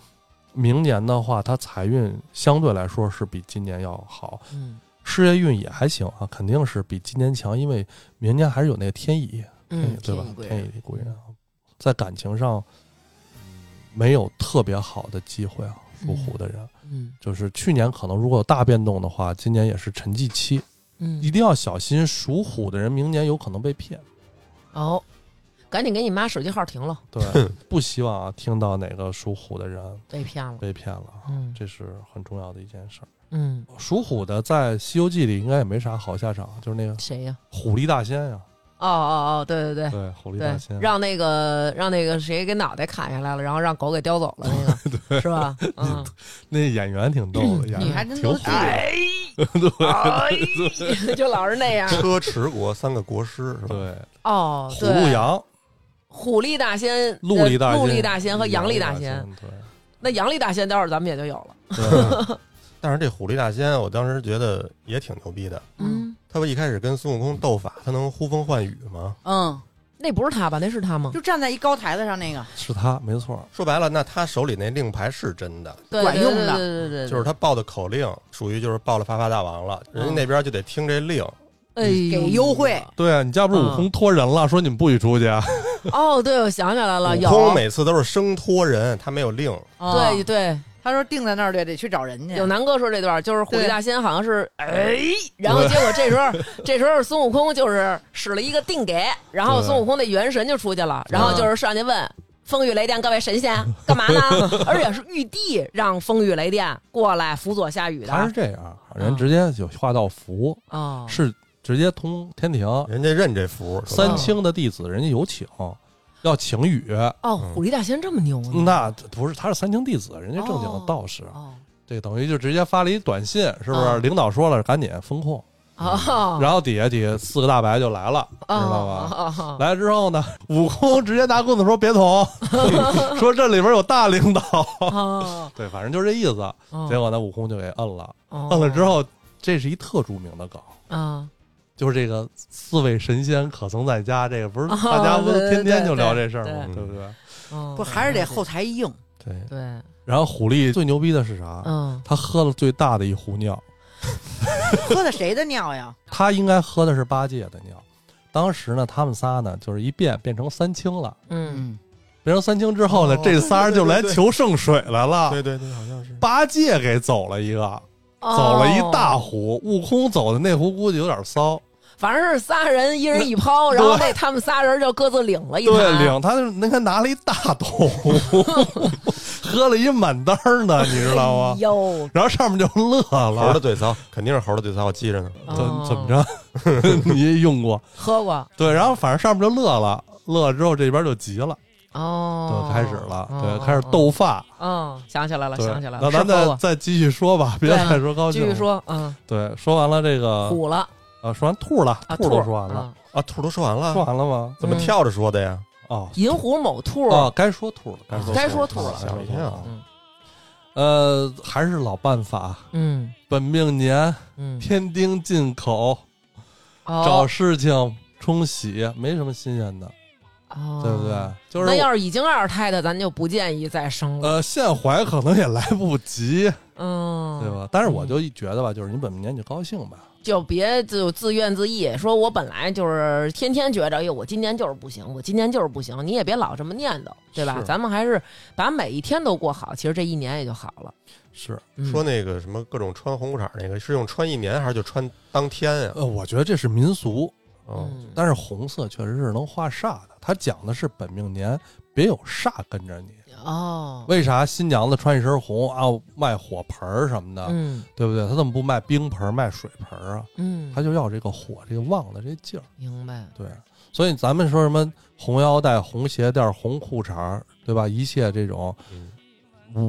B: 明年的话，它财运相对来说是比今年要好。
D: 嗯
B: 事业运也还行啊，肯定是比今年强，因为明年还是有那个天乙，
D: 嗯，
B: 哎对吧
D: 天意？贵
B: 天
D: 人，
B: 乙贵人啊，在感情上，嗯没有特别好的机会啊。属虎的人，
D: 嗯
B: 就是去年可能如果有大变动的话，今年也是沉寂期，一
D: 嗯，
B: 定要小心。属虎的人明年有可能被骗。
D: 哦，赶紧给你妈手机号停了，
B: 对，不希望啊听到哪个属虎的人
D: 被骗了。
B: 被骗了啊，
D: 嗯
B: 这是很重要的一件事儿。
D: 嗯，
B: 属虎的在《西游记》里应该也没啥好下场，就是那个
D: 谁呀？
B: 虎力大仙呀、
D: 哦哦哦，对对对，
B: 对，虎力大
D: 对，
B: 仙。
D: 让那个让那个谁给脑袋砍下来了，然后让狗给叼走了，那个是吧？嗯，
B: 那演员挺逗的，演
E: 你还
B: 的
E: 真
B: 挺
E: 都
B: 虎
E: 记
B: 的。
D: 哎
E: 着，
D: 哎，就老是那样。
C: 车迟国三个国师是吧？
B: 对，
D: 哦，
B: 虎
D: 对，
B: 入羊，
D: 虎力大仙、
B: 陆力大仙、
D: 呃陆力大仙和阳
B: 力
D: 力大仙。
B: 仙，对
D: 那阳力大仙待会儿咱们也就有了。
B: 对，
C: 但是这虎力大仙，我当时觉得也挺牛逼的。
D: 嗯，
C: 他不一开始跟孙悟空斗法，他能呼风唤雨吗？
E: 嗯，
D: 那不是他吧？那是他吗？
E: 就站在一高台子上那个，
B: 是他，没错。
C: 说白了，那他手里那令牌是真的，
D: 对
E: 管用的
D: 对对对对对，嗯
C: 就是他报的口令，属于就是报了发发大王了，人家那边就得听这令。
D: 哎呦
E: 给优惠
B: 对啊，你家不
D: 嗯
B: 是悟空托人了，说你们不许出去啊。
D: 哦，对，我想起来了，
C: 悟
D: 有
C: 空每次都是生托人，他没有令，
D: 哦对对，
E: 他说定在啊那儿对，得去找人去。
D: 有南哥说这段就是虎力
E: 对
D: 大仙好像是哎，然后结果这时候这时候孙悟空就是使了一个定给，然后
B: 对嗯
D: 孙悟空的元神就出去了，然后就是上去问。风雨雷电，各位 神仙干嘛呢？而且是玉帝让风雨雷电过来辅佐下雨的
B: 他是这样，啊
D: 嗯
B: 人直接就画道符，
D: 哦，
B: 是直接通天庭。
C: 人家认这符。是吧
B: 三清的弟子，人家有请，要请雨。
D: 哦，虎力大仙这么牛呢？
B: 嗯那不是，他是三清弟子，人家正经的道士，
D: 嗯哦
B: 这等于就直接发了一短信，是不是？
D: 哦
B: 领导说了，赶紧封控，
D: 哦，
B: 然后底下底下四个大白就来了，
D: 嗯
B: 知道吧？
C: 啊
D: 哦
B: 来了之后呢， 悟空直接拿棍子说：“别捅， 说这里边有大领导。
D: 哦”
B: 对，反正就是这意思。
C: 嗯
D: 哦，
B: 结果呢，悟空就给摁了，
D: 哦
B: 摁了之后，这是一特著名的梗，
D: 啊，
B: 就是这个四位神仙可曾在家，这个不是
D: 哦
B: 大家不
D: 对
B: 是天天
D: 对
B: 就
D: 对
B: 聊这事儿
D: 对
B: 吗？对
C: 啊对
B: 不对？
D: 哦
E: 不还是得后台硬，
C: 对，
D: 对，
B: 然后虎力最牛逼的是啥？
D: 嗯
B: 他喝了最大的一壶尿，
E: 喝的谁的尿呀？
B: 他应该喝的是八戒的尿。当时呢，他们仨呢，就是一变变成三清了。
D: 嗯，
B: 变成三清之后呢，
C: 哦
B: 这仨人就
C: 对
B: 来
C: 对对对
B: 求圣水来了。
C: 对对对，好像是。
B: 八戒给走了一个，
D: 哦
B: 走了一大壶。悟空走的那壶估计有点骚，
D: 反正是仨人一人一抛，然后那他们仨人就各自领了一
B: 对，
D: 盘，
B: 领他就是那个拿了一大 桶，喝了一满单儿呢，你知道
D: 哎
B: 吗？
D: 哟，
B: 然后上面就乐
C: 猴的
B: 了，
C: 嘴骚，肯定是猴的嘴骚，我记着呢。
B: 怎
D: 哦
B: 怎么？着？ 你也用过？
D: 喝过
B: 对，然后反正上面就乐了，乐了之后这边就急了，
D: 哦
B: 就，开始了，对，开始斗发。
D: 嗯，想起来了，
B: 对，
D: 想起来了，
B: 那咱再再继续说吧，别
D: 对啊
B: 再说高
D: 继
B: 兴了。
D: 续说，嗯，
B: 对，说完了这个
D: 虎了
B: 啊，说完兔了，
D: 啊，
B: 兔都说完了，
D: 啊，嗯
C: 啊，兔都说完
B: 说
C: 了，
B: 完了吗？
C: 怎么跳着说的呀？
B: 哦
D: 银狐某兔，
B: 哦，该说兔了，该说
D: 嗯该
B: 说
D: 说兔了
B: 该说
C: 吓我一跳
D: 嗯
B: 呃，还是老办法，
D: 嗯
B: 本命年
D: 嗯，
B: 天丁进口，找
D: 哦，
B: 事情冲洗，没什么新鲜的，
D: 哦
B: 对不对？？就是
D: 那
B: 我
D: 要是已经二胎的，咱就不建议再生了，
B: 呃，现怀可能也来不及，
D: 嗯，
B: 呃对？吧？但是我就觉得吧，就是你本命年你就高兴吧，
D: 就别就自怨自艾，说我本来就是天天觉着，哎呦，我今年就是不行，我今年就是不行。你也别老这么念叨，对吧？
B: 是
D: 咱们还是把每一天都过好，其实这一年也就好了。
B: 是。
D: 嗯、
C: 说那个什么各种穿红裤衩那个，是用穿一年还是就穿当天呀？
B: 呃，我觉得这是民俗，
C: 哦，
D: 嗯
B: 但是红色确实是能化煞的。它讲的是本命年别有煞跟着你。
D: 哦，
B: 为啥新娘子穿一身红啊，卖火盆儿什么的，
D: 嗯
B: 对不对？她怎么不卖冰盆儿、卖水盆儿啊？
D: 嗯，
B: 她就要这个火、这个旺的这劲儿。
D: 明白。
B: 对，所以咱们说什么红腰带、红鞋垫、红裤衩儿，对吧？一切这种，
C: 嗯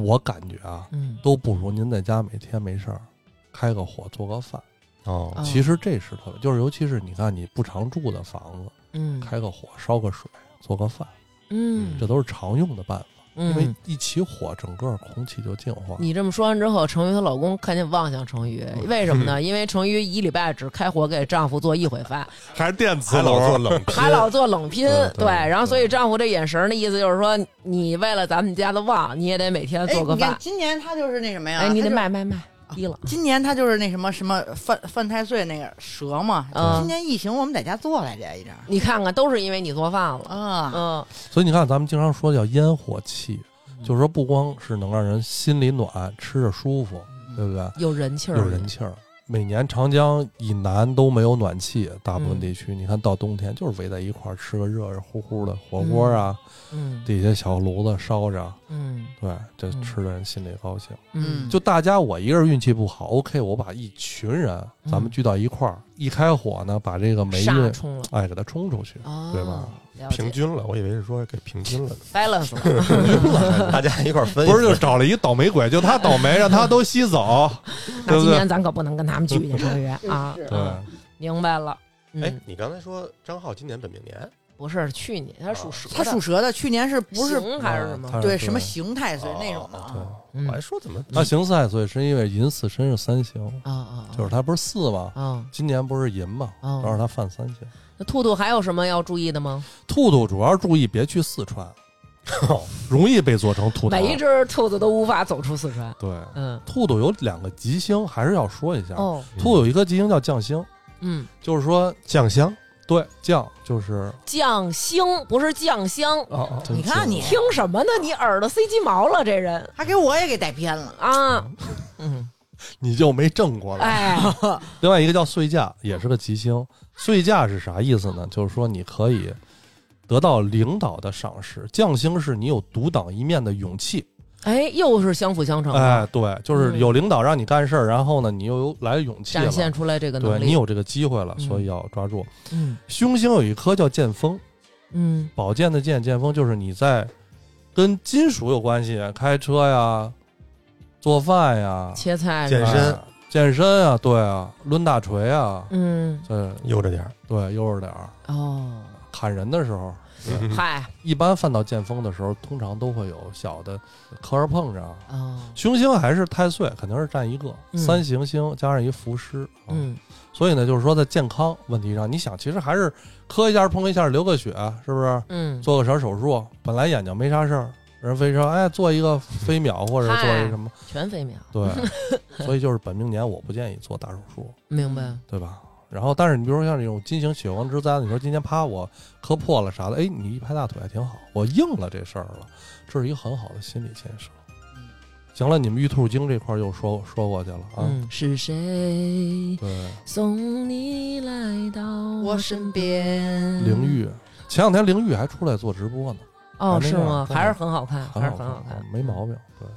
B: 我感觉啊，
D: 嗯，
B: 都不如您在家每天没事儿开个火做个饭。
C: 哦，
B: 其实这是特别，就是尤其是你看你不常住的房子，
D: 嗯
B: 开个火、烧个水、做个饭，
D: 嗯
B: 这都是常用的办法。因为
D: 嗯。
B: 一起火，整个空气就净化。
D: 你这么说完之后，成瑜她老公看见妄想成瑜，
B: 嗯
D: 为什么 呢？因为成瑜一礼拜只开火给丈夫做一回饭，
B: 还是电
C: 还老做 冷拼，
D: 还老做冷拼，
C: 嗯
D: 对
C: 对
D: 然后所以丈夫这眼神儿的意思就是说，你为了咱们家的旺，你也得每天
E: 哎，
D: 做个
E: 你看
D: 饭。
E: 今年他就是那什么呀？
D: 哎，你得
E: 他就哦
D: 卖卖卖，低了。
E: 今年他就是那什么什么犯犯太岁那个蛇嘛。
D: 嗯
E: 今年疫情我们在家做来着一阵儿
D: 你看看，都是因为你做饭了。
E: 啊，
D: 嗯，
B: 所以你看，咱们经常说叫烟火气，就是说不光是能让人心里暖，吃着舒服，
D: 嗯
B: 对不对？
D: 有人气儿，
B: 有人。气儿。每年长江以南都没有暖气，大部分地
D: 嗯
B: 区，你看到冬天就是围在一块儿吃个热热乎乎的火锅啊，
D: 嗯
B: 底下小炉子烧着，
D: 嗯
B: 对，这吃的人心里高兴。
D: 嗯，
B: 就大家我一个人运气不好，OK，我把一群人
D: 嗯
B: 咱们聚到一块儿，一开火呢，把这个霉
D: 煞
B: 运
D: 冲了，
B: 哎给它冲出去，
D: 哦
B: 对吧？
D: 了解
C: 平均了，我以为是说给平均 了呢，
D: balance 了，
C: 大家一块儿分一
B: 不
C: 分，
B: 是就找了一倒霉鬼，就他倒霉，让他都吸 走，对
D: 那
B: 不
D: 今
B: 对
D: 年？咱可不能跟他们聚去成员啊
E: 真是。
B: 对，
D: 明白了。
C: 哎
D: 嗯，，
C: 你刚才说张浩今年本命年，
D: 不是去年，他是属蛇的，
E: 他属蛇的，去年是不是
D: 行还是什么？
B: 啊
E: 对什么刑太岁那种的
B: 哦
C: 对
E: 啊？
D: 嗯
C: 我还说怎么
B: 他行赛岁是因为寅巳申是三行，
D: 啊啊，
B: 就是他不是四吗？
D: 啊。
B: 今年不是寅吗？
D: 哦
B: 然后他犯三行。
D: 那兔兔还有什么要注意的吗？
B: 兔兔主要注意别去 四川，容易被做成兔头。
D: 每一只兔子都无法走出四川。
B: 对，
D: 嗯，
B: 兔兔有两个吉星，还是要说一下。
D: 哦，
B: 兔有一颗吉星叫将星，
D: 嗯，
B: 就是说
C: 酱香
B: 对将就是
D: 酱星不是酱香，
B: 啊，
E: 你看你
D: 听什么呢？你耳朵塞鸡毛了，这人
E: 他给我也给带偏了。
D: 啊，嗯，
B: 你就没正过来。
D: 哎，
B: 另外一个叫岁驾，也是个吉星。岁驾是啥意思呢？就是说你可以得到领导的赏识。将星是你有独当一面的勇气。
D: 哎，又是相辅相成的，
B: 哎，对，就是
C: 嗯
B: 有领导让你干事儿，然后呢，你又有来勇气
D: 展
B: 了。
D: 现出来这个能
B: 对
D: 力。
B: 你有这个机会了，所以
D: 嗯
B: 要抓住。
D: 嗯
B: 凶星有一颗叫剑锋，
D: 嗯
B: 宝剑的剑，剑锋就是你在跟金属有关系，开车呀、做饭呀、
D: 切菜
C: 健
D: 是吧
C: 身
B: 哎、健身啊，对啊，抡大锤啊，
D: 嗯
B: 这
C: 悠着点儿，
B: 对悠着点儿。
D: 哦，
B: 砍人的时候，
C: 嗯
D: 嗨
B: 一般犯到剑锋的时候，通常都会有小的磕着碰着。
D: 哦，
B: 凶星还是太岁，肯定是占一个、
D: 嗯
B: 三行星加上一伏尸，啊
D: 嗯
B: 所以呢，就是说在健康问题上，你想，其实还是磕一下碰一下流个血，是不是？
D: 嗯，
B: 做个小手术，本来眼睛没啥事儿，人非说哎做一个飞秒或者做一什么，
D: 全飞秒，
B: 对，所以就是本命年我不建议做大手术，
D: 明白？
B: 对吧？然后，但是你比如说像这种金星血光之灾，你说今天啪我磕破了啥的，哎，你一拍大腿还挺好，我应了这事儿了，这是一个很好的心理建设。
D: 嗯
B: 行了，你们玉兔精这块儿又说说过去了啊，
D: 嗯，是谁
B: 对。
D: 送你来到
E: 我
D: 身
E: 身
D: 边？
B: 凌玉，前两天凌玉还出来做直播呢，
D: 哦，
B: 还那
D: 是
B: 样
D: 吗？
B: 对
D: 还是很好看，还是
B: 好
D: 很好看嗯
B: 看，，嗯没毛病。对，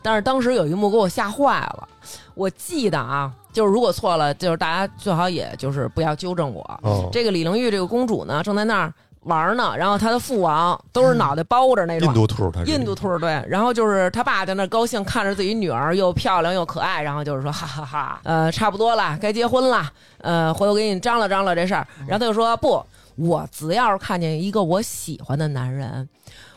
D: 但是当时有一幕给我吓坏了，我记得啊，就是如果错了，就是大家最好也就是不要纠正我。
C: 哦
D: 这个李玲玉这个公主呢，正在那儿玩呢，然后她的父王都是脑袋包着那种。
C: 印度兔，它是
D: 印度兔儿对，然后就是他爸在那儿高兴看着自己女儿又漂亮又可爱，然后就是说哈哈哈，呃，差不多了，该结婚了，呃，回头给你张罗张罗这事儿。
B: 嗯
D: 然后他就说不，我只要是看见一个我喜欢的男人，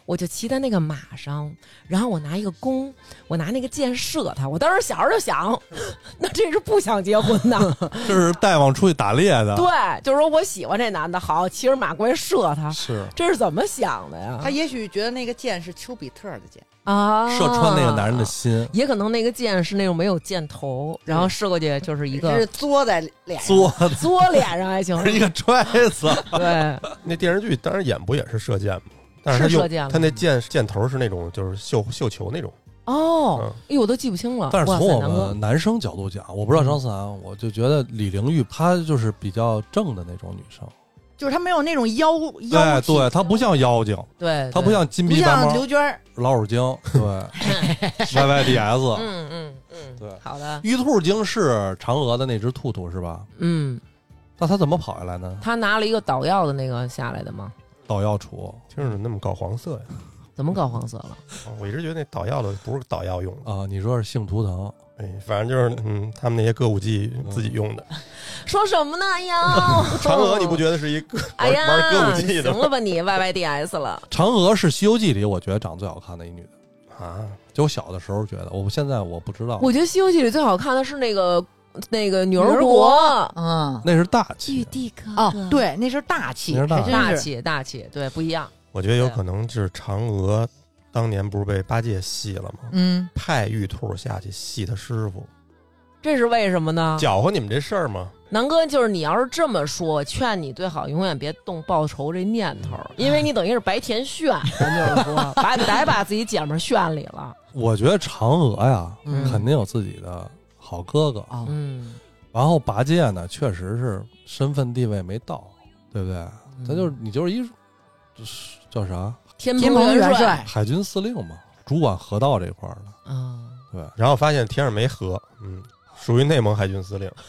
D: 我就骑在那个马上，然后我拿一个弓，我拿那个箭射他。我当时小时候就想，
B: 嗯
D: 那这是不想结婚 的，
B: 这是大王出去打猎的，
D: 对，就是说我喜欢这男的，好，骑着马过去射 他，
B: 是
D: 这是怎么想的呀
E: 他？也许觉得那个箭是丘比特的箭，
D: 啊，
B: 射穿那个男人的心，
D: 也可能那个箭是那种没有箭头，然后射过去就是一
E: 这是
D: 个
E: 作在脸上。
B: 作
D: 嘬脸上还行，
B: 是一个揣子，
D: 对，
C: 那电视剧当然演不也是射箭吗？但是
D: 是
C: 他
D: 射箭了
C: 他那箭箭头是那种就是绣绣球那种，
D: 哦
C: 嗯，
D: 哎呦，我都记不清了。
B: 但是
D: 哇
B: 从
D: 塞
B: 我
D: 南哥
B: 们男生角度讲，我不知道张思涵，我就觉得李玲玉她就是比较正的那种女生，
E: 就是他没有那种妖
B: 对
E: 妖气，
B: 对，她不像妖精，
D: 对，
B: 她不
D: 对，
B: 像金
E: 不
B: 臂
E: 像
B: 白毛
E: 刘娟儿
B: 老鼠精， 对，YYDS，
D: 嗯嗯嗯，
B: 对
D: 好的，
B: 玉兔精是嫦娥的那只兔兔是吧？
D: 嗯，
B: 那她怎么跑下来呢？
D: 他拿了一个捣药的那个下来的吗？
B: 捣药杵
C: 听着那么搞黄色呀？
D: 怎么搞黄色了？
C: 哦我一直觉得那捣药的不是捣药用的，
B: 啊，你说是性图腾，
C: 哎，反正就是嗯，他们那些歌舞伎自己用的。，
D: 说什么呢？哎呀
C: 嗯 嫦娥，你不觉得是一个
D: 哎
C: 玩
D: 呀，
C: 玩歌舞伎的
D: 行
C: 吗？
D: 了吧你 Y Y D S 了，
B: 嫦娥是《西游记》里我觉得长最好看的一女的，
C: 啊，
B: 就我小的时候觉得，我现在我不知道，
D: 我觉得《西游记》里最好看的是那个那个女
E: 女
D: 儿
E: 儿
D: 国，
E: 嗯，
B: 那是大气，
F: 帝哥哥
E: 哦，，对，那是大气，
B: 那是大
E: 还
B: 气
E: 真
D: 大
E: 是
D: 气大气，对，不一样。
C: 我觉得有可能是嫦娥当年不是被八戒戏了吗？
E: 嗯，
C: 派玉兔下去戏他师傅，
D: 这是为什么呢？
C: 搅和你们这事儿吗？
D: 南哥，就是你要是这么说，我劝你最好永远别动报仇这念头，
B: 嗯
D: 因为你等于是白甜炫， 咱就是说，白白 把自己姐们儿炫里了。
B: 我觉得嫦娥呀，
E: 嗯
B: 肯定有自己的好哥哥。
E: 哦
D: 嗯，
B: 然后八戒呢，确实是身份地位没到，对不对？他就是你就是一就是叫啥
D: 嗯天
E: 天
D: 蓬
E: 蓬嗯元
D: 帅，
E: 帅，
B: 海军司令嘛，主管河道这块儿的。
D: 嗯，
C: 然后发现天上没河，嗯，属于内蒙海军司令。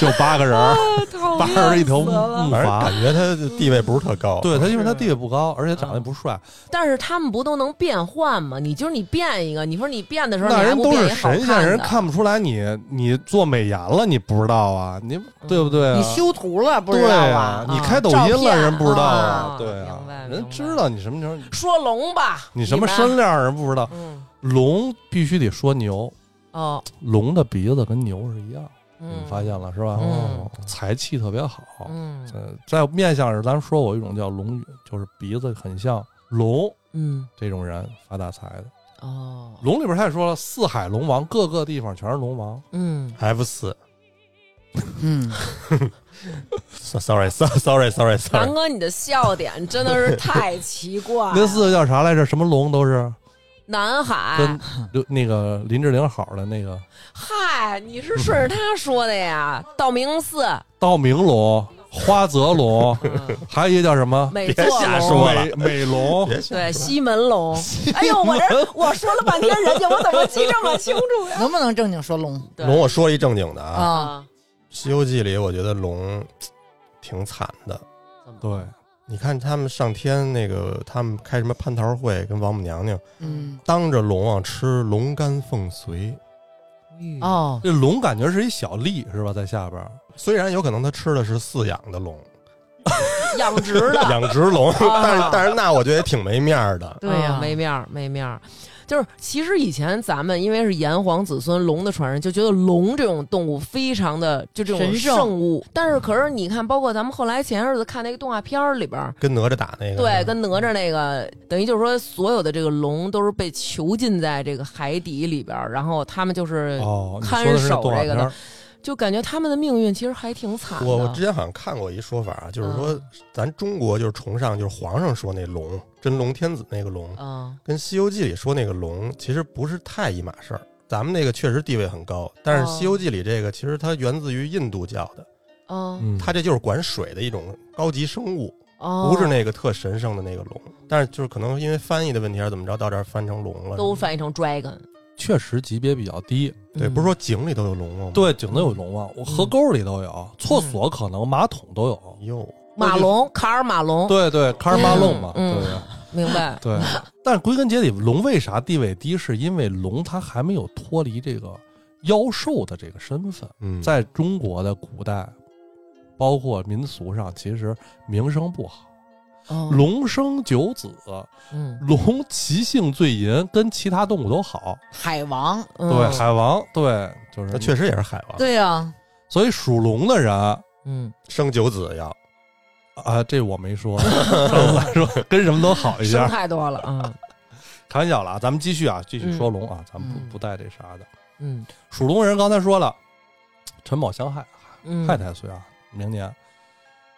B: 就八个人儿，
D: 啊讨
B: 八人儿一头木木
C: 反正
B: 筏。
C: 感觉他的地位不是特高。
B: 对他，因为他地位不高，而且
D: 嗯
B: 长得也不帅，
D: 但是他们不都能变换吗？你就是你变一个，你说你变的时候，
B: 那
D: 你还
B: 人
D: 不
B: 都
D: 变
B: 是
D: 也好
B: 神仙，
D: 看
B: 人
D: 的
B: 看不出来你你做美颜了，你不知道啊，你
D: 嗯
B: 对不对啊？
E: 你修图了不知
B: 对
E: 道
B: 啊
E: 啊？
B: 你开抖
D: 照
B: 音了，
D: 片
B: 人不知道
D: 啊
B: 对啊
D: 明白，
B: 人
D: 明
B: 知
D: 白
B: 道你什么时候，
D: 说龙吧，
B: 你什么
D: 一般
B: 身？量，人不知道。
D: 嗯，
B: 龙必须得说牛，
D: 哦，
B: 龙的鼻子跟牛是一样，你
D: 嗯，
B: 发现了是吧？
D: 嗯
B: 哦，财气特别好。
D: 嗯
B: 呃，在面相上，咱说我一种叫龙语，就是鼻子很像龙
D: 嗯
B: 这种人发大财的。
D: 哦，
B: 龙里边他也说了，四海龙王，各个地方全是龙王。
D: 嗯
C: F 四
E: 嗯，
D: 南
C: ，sorry，sorry，sorry，sorry，
D: 哥，你的笑点真的是太奇怪了。
B: 那四个叫啥来着？什么龙都是
D: 南海
B: 跟，
D: 啊
B: 刘那个林志玲好的那个
D: 嗨，你是顺着他说的呀？道明寺，
B: 道明龙、花泽龙，还有一个叫什么
D: 嗯美
C: 别
D: 作
C: 瞎
D: 龙，
C: 说了
B: 美美龙。
C: 别想
D: 对，
C: 说
D: 西门龙。哎呦，我这我说了半天人家，我怎么记这么清楚呀？
E: 能不能正经说龙
D: 对
C: 龙，我说一正经的啊，
E: 啊？
D: 啊，
C: 《西游记》里我觉得龙挺惨的。
B: 对，
C: 你看他们上天那个，他们开什么蟠桃会，跟王母娘娘
E: 嗯，
C: 当着龙啊吃龙肝凤髓，
E: 哦，
B: 这龙感觉是一小力是吧？在下边儿，
C: 虽然有可能他吃的是饲养的龙，
D: 嗯养殖的，
C: 养殖龙，
D: 啊
C: 但是但是那我觉得也挺没面儿的。
D: 对呀、
E: 啊
D: 没面儿，没面儿。就是其实以前咱们因为是炎黄子孙龙的传人，就觉得龙这种动物非常的就这种
E: 神圣
D: 圣物。但是可是你看，包括咱们后来前日子看那个动画片儿里边儿。
C: 跟哪吒打那个，
D: 对，跟哪吒那个，等于就是说，所有的这个龙都是被囚禁在这个海底里边儿，然后他们就是，
B: 哦，你
D: 看
B: 说的是
D: 守
B: 动画
D: 这个
B: 片
D: 的
B: 儿，
D: 就感觉他们的命运其实还挺惨的。
C: 我我之前好像看过一说法啊，就是说
D: 嗯
C: 咱中国就是崇尚就是皇上说那龙真龙天子那个龙，
D: 嗯
C: 跟《西游记》里说那个龙其实不是太一码事儿。咱们那个确实地位很高，但是
D: 哦
C: 《西游记》里这个其实它源自于印度教的，
D: 嗯
B: 嗯，
C: 它这就是管水的一种高级生物，
D: 哦，
C: 不是那个特神圣的那个龙。但是就是可能因为翻译的问题还是怎么着，到这儿翻成龙了。
D: 都翻译成 dragon，
B: 确实级别比较低。
C: 对，
D: 嗯
C: 不是说井里都有龙吗？，
B: 对，井都有龙啊王，我河沟里都有，
D: 嗯
B: 厕所可能马桶都有。
C: 哟，
D: 马龙卡尔马龙，
B: 对对，卡尔马龙嘛，
D: 嗯
B: 对不对？
D: 明白？
B: 对，但是归根结底，龙为啥地位低？是因为龙它还没有脱离这个妖兽的这个身份。
C: 嗯，
B: 在中国的古代，包括民俗上，其实名声不好。
D: 哦，
B: 龙生九子，
D: 嗯，
B: 龙其性最淫，跟其他动物都好。
E: 海王，
D: 嗯
B: 对，海王，对，就是
C: 那确实也是海王，
E: 对啊呀，
B: 所以属龙的人啊、
D: 嗯，
C: 生九子要
B: 这我没说，我说跟什么都好一
D: 生
B: 下，
D: 太多了 啊，
B: 开玩笑了啊。咱们继续啊，继续说龙啊，咱们
E: 嗯
B: 不不带这啥的。
D: 嗯
B: 属龙人刚才说了，辰宝相害，
D: 嗯，
B: 害太岁啊，明年，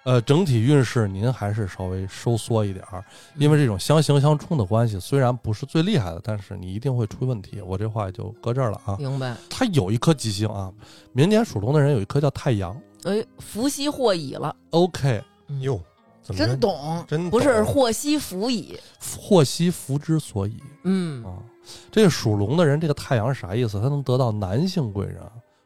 B: 呃，整体运势您还是稍微收缩一点儿，
D: 嗯
B: 因为这种相形相冲的关系，虽然不是最厉害的，但是你一定会出问题。我这话也就搁这儿了啊。
D: 明白？
B: 他有一颗吉星啊，明年属龙的人有一颗叫太阳。
D: 哎，福兮祸矣了，
B: OK，
D: 嗯，
C: 哟，怎么
E: 真懂，
C: 真
D: 不是
C: 懂
D: 祸兮福矣，
B: 祸兮福之所以
D: 嗯
C: 哦
B: 啊。这个属龙的人，这个太阳是啥意思？他能得到男性贵人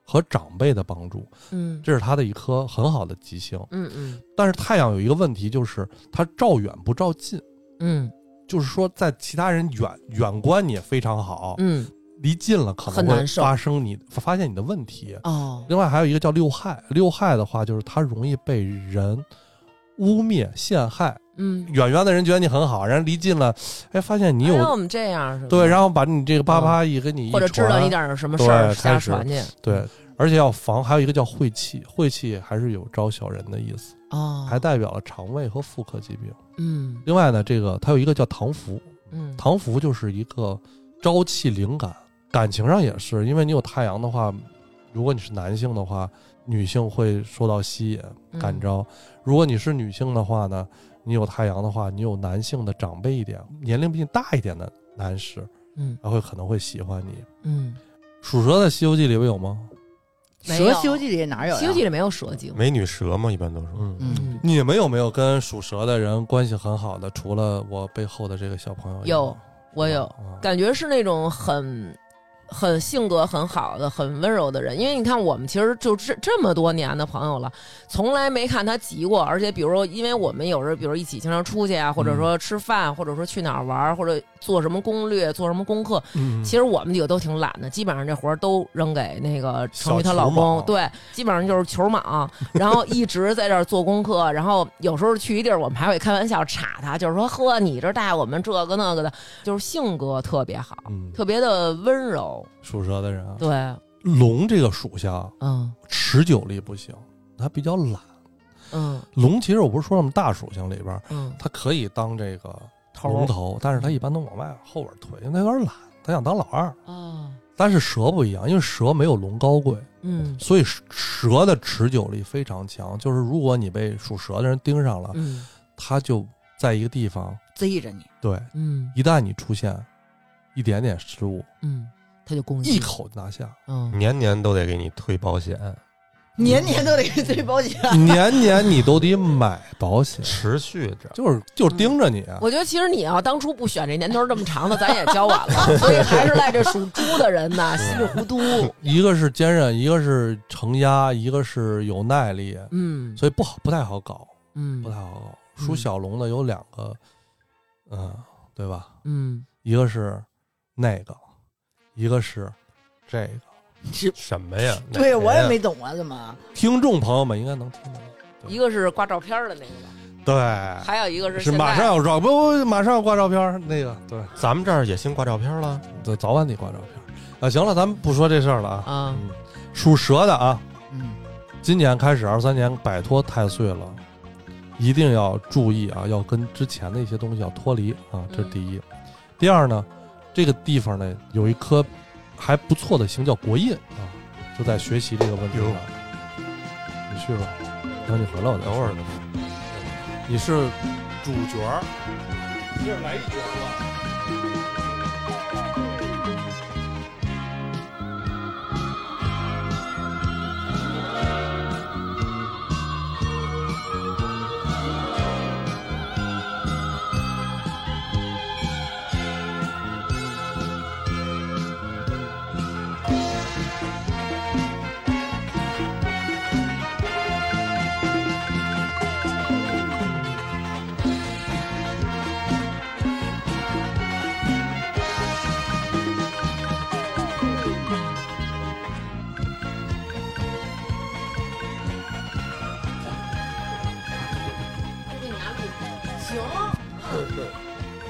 B: 和长辈的帮助，
D: 嗯
B: 这是他的一颗很好的吉星。
D: 嗯嗯
B: 但是太阳有一个问题，就是它照远不照近，
D: 嗯
C: 哦
B: 就是说在其他人远远观你也非常好，
D: 嗯，
B: 离近了可能
D: 很
B: 会
D: 难受
B: 发生你发现你的问题。
D: 哦，
B: 另外还有一个叫六害，六害的话就是它容易被人污蔑陷害，
D: 嗯，
B: 远远的人觉得你很好，然后离近了，哎，发现你有、
D: 还让我们这样是吧？
B: 对，然后把你这个啪啪一给你一
D: 或者知道
B: 传
D: 你点儿什么事儿
B: 对
D: 瞎
B: 开始
D: 传去，
B: 对，而且要防，还有一个叫晦气，晦气还是有招小人的意思，
D: 哦，
B: 还代表了肠胃和妇科疾病。
D: 嗯
B: 另外呢，这个它有一个叫唐符，
D: 嗯，
B: 唐符就是一个朝气灵感，感情上也是，因为你有太阳的话，如果你是男性的话，女性会受到吸引
D: 嗯
B: 感召；如果你是女性的话呢，你有太阳的话，你有男性的长辈一点、年龄比你大一点的男士，
D: 嗯
B: 他会可能会喜欢你。
D: 嗯，
B: 属蛇在《西游记》里边有吗？
E: 蛇
D: 没有
E: 《西游记》里哪有呀？
D: 《西游记》里没有蛇精，
C: 美女蛇嘛，一般都是。
B: 嗯。
E: 嗯，
D: 嗯，
B: 你们有没有跟属蛇的人关系很好的？除了我背后的这个小朋友以外，
D: 有我有
B: 啊，
D: 感觉是那种很很性格很好的、很温柔的人，因为你看我们其实就这这么多年的朋友了，从来没看他急过。而且比如说，因为我们有时候，比如一起经常出去啊，或
B: 嗯
D: 者说吃饭，或者说去哪儿玩儿，或者做什么攻略、做什么功课，
C: 嗯
D: 其实我们几个都挺懒的，基本上这活儿都扔给那个程宇她老
C: 小球
D: 公
C: 蟒，
D: 对，基本上就是球蟒，然后一直在这儿做功课，然后有时候去一地儿，我们还会开玩笑插他，就是说呵，你这带我们这个那个的，就是性格特别好，
B: 嗯，
D: 特别的温柔，
B: 属蛇的人啊，
D: 对，
B: 龙这个属相啊
D: 嗯
B: 持久力不行，它比较懒。
D: 嗯
B: 龙其实我不是说我们大属性里边儿，
D: 嗯，
B: 它可以当这个
D: 头
B: 龙
D: 儿
B: 头，但是它一般都往外后边推，因为它有点懒，它想当老二。
D: 啊，
B: 但是蛇不一样，因为蛇没有龙高贵，
D: 嗯
B: 所以蛇的持久力非常强。就是如果你被属蛇的人盯上了，
D: 嗯
B: 它就在一个地方，
E: 贼着你，
B: 对，
D: 嗯
B: 一旦你出现一点点失误，
D: 嗯，他就攻击
B: 一，口 拿下，
D: 嗯
C: 年年都得给你推保险，
E: 年年都得给贼 保险。
B: 年年你都得买保险，
C: 持续着。
B: 就是就是盯着 你。啊
D: 我觉得其实你要当初不选这年头这么长的，咱也交晚了，所以还是赖这属猪的人呢，稀里糊涂。
B: 一个是坚韧，一个是承压，一个是有耐力，
D: 嗯
B: 所以不好不太好搞，
D: 嗯
B: 不太好搞。
D: 嗯
B: 属小龙的有两个，嗯，对吧？
D: 嗯，
B: 一个是那个，一个是这个。
C: 什么呀？哪
E: 对我也
C: 年
E: 没懂啊，怎么？
B: 听众朋友们应该能听懂。
D: 嗯一个是挂照片的那个吧，
C: 啊
B: 对，
D: 还有一个是
B: 是
D: 现在
B: 马上要照，不不，马上要挂照片儿那个，对，
C: 啊，咱们这儿也兴挂照片了。
B: 早早晚得挂照片儿。啊，行了，咱们不说这事儿了啊。
D: 啊，
B: 嗯，属蛇的啊，
E: 嗯，
B: 今年开始二三年摆脱太岁了，一定要注意啊，要跟之前的一些东西要脱离啊，这是第一。第二呢，这个地方呢有一颗还不错的星叫国印啊，就在学习这个问题上
C: 哟。
B: 你去吧，等你回来我再
C: 等会
B: 说。
C: 儿吧，
B: 你是主角儿，你是来角吧？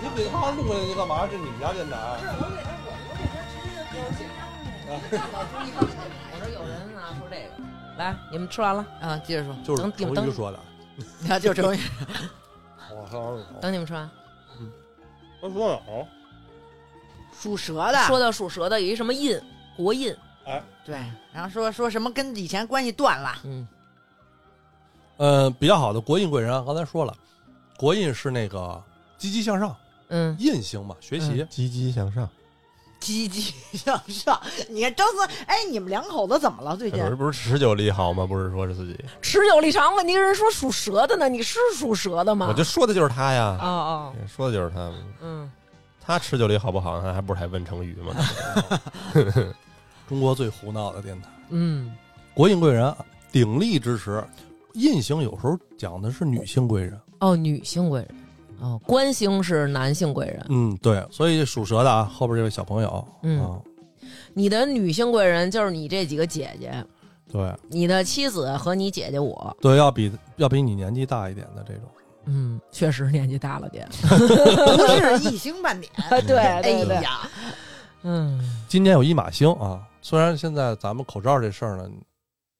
B: 你给他录下去干嘛？这是你们家电台。
D: 我说有人啊说这个，来，你们吃完了，
E: 啊，接着说，
B: 就是
D: 等
B: 成
D: 等
B: 鱼说的。
E: 那就成
B: 我操！
D: 等你们吃完。
B: 我说了，
E: 属蛇的，
D: 说到属蛇的有一什么印，国印，
E: 对，然后说说什么跟以前关系断了，
D: 嗯
B: 呃，比较好的国印贵人啊，刚才说了，国印是那个积极向上，
D: 嗯，
B: 印星嘛，学习。
C: 嗯积极向上。
E: 积极向上。你看张思，哎，你们两口子怎么了？最近
C: 不 是不是持久力好吗？不是说是自己，
D: 持久力长，问题人说属蛇的呢，你是属蛇的吗？
C: 我就说的就是他
D: 哦
C: 呀，
D: 哦，
C: 说的就是他。
D: 嗯
C: 他持久力好不好？他还不是还问成语吗？
B: 中国最胡闹的电台。
D: 嗯
B: 国印贵人啊鼎力支持，印星有时候讲的是女性贵人。
D: 哦，女性贵人，哦，官星是男性贵人，
B: 嗯，对，所以属蛇的啊，后边这位小朋友，
D: 嗯
B: 啊，
D: 你的女性贵人就是你这几个姐姐，
B: 对
D: 你的妻子和你姐姐我，
B: 对，要比要比你年纪大一点的这种。
D: 嗯，确实年纪大了点，
E: 不是一星半点。
D: 对
E: 哎
D: 对对，
E: 呀，
D: 嗯
B: 今年有一马星啊，虽然现在咱们口罩这事儿呢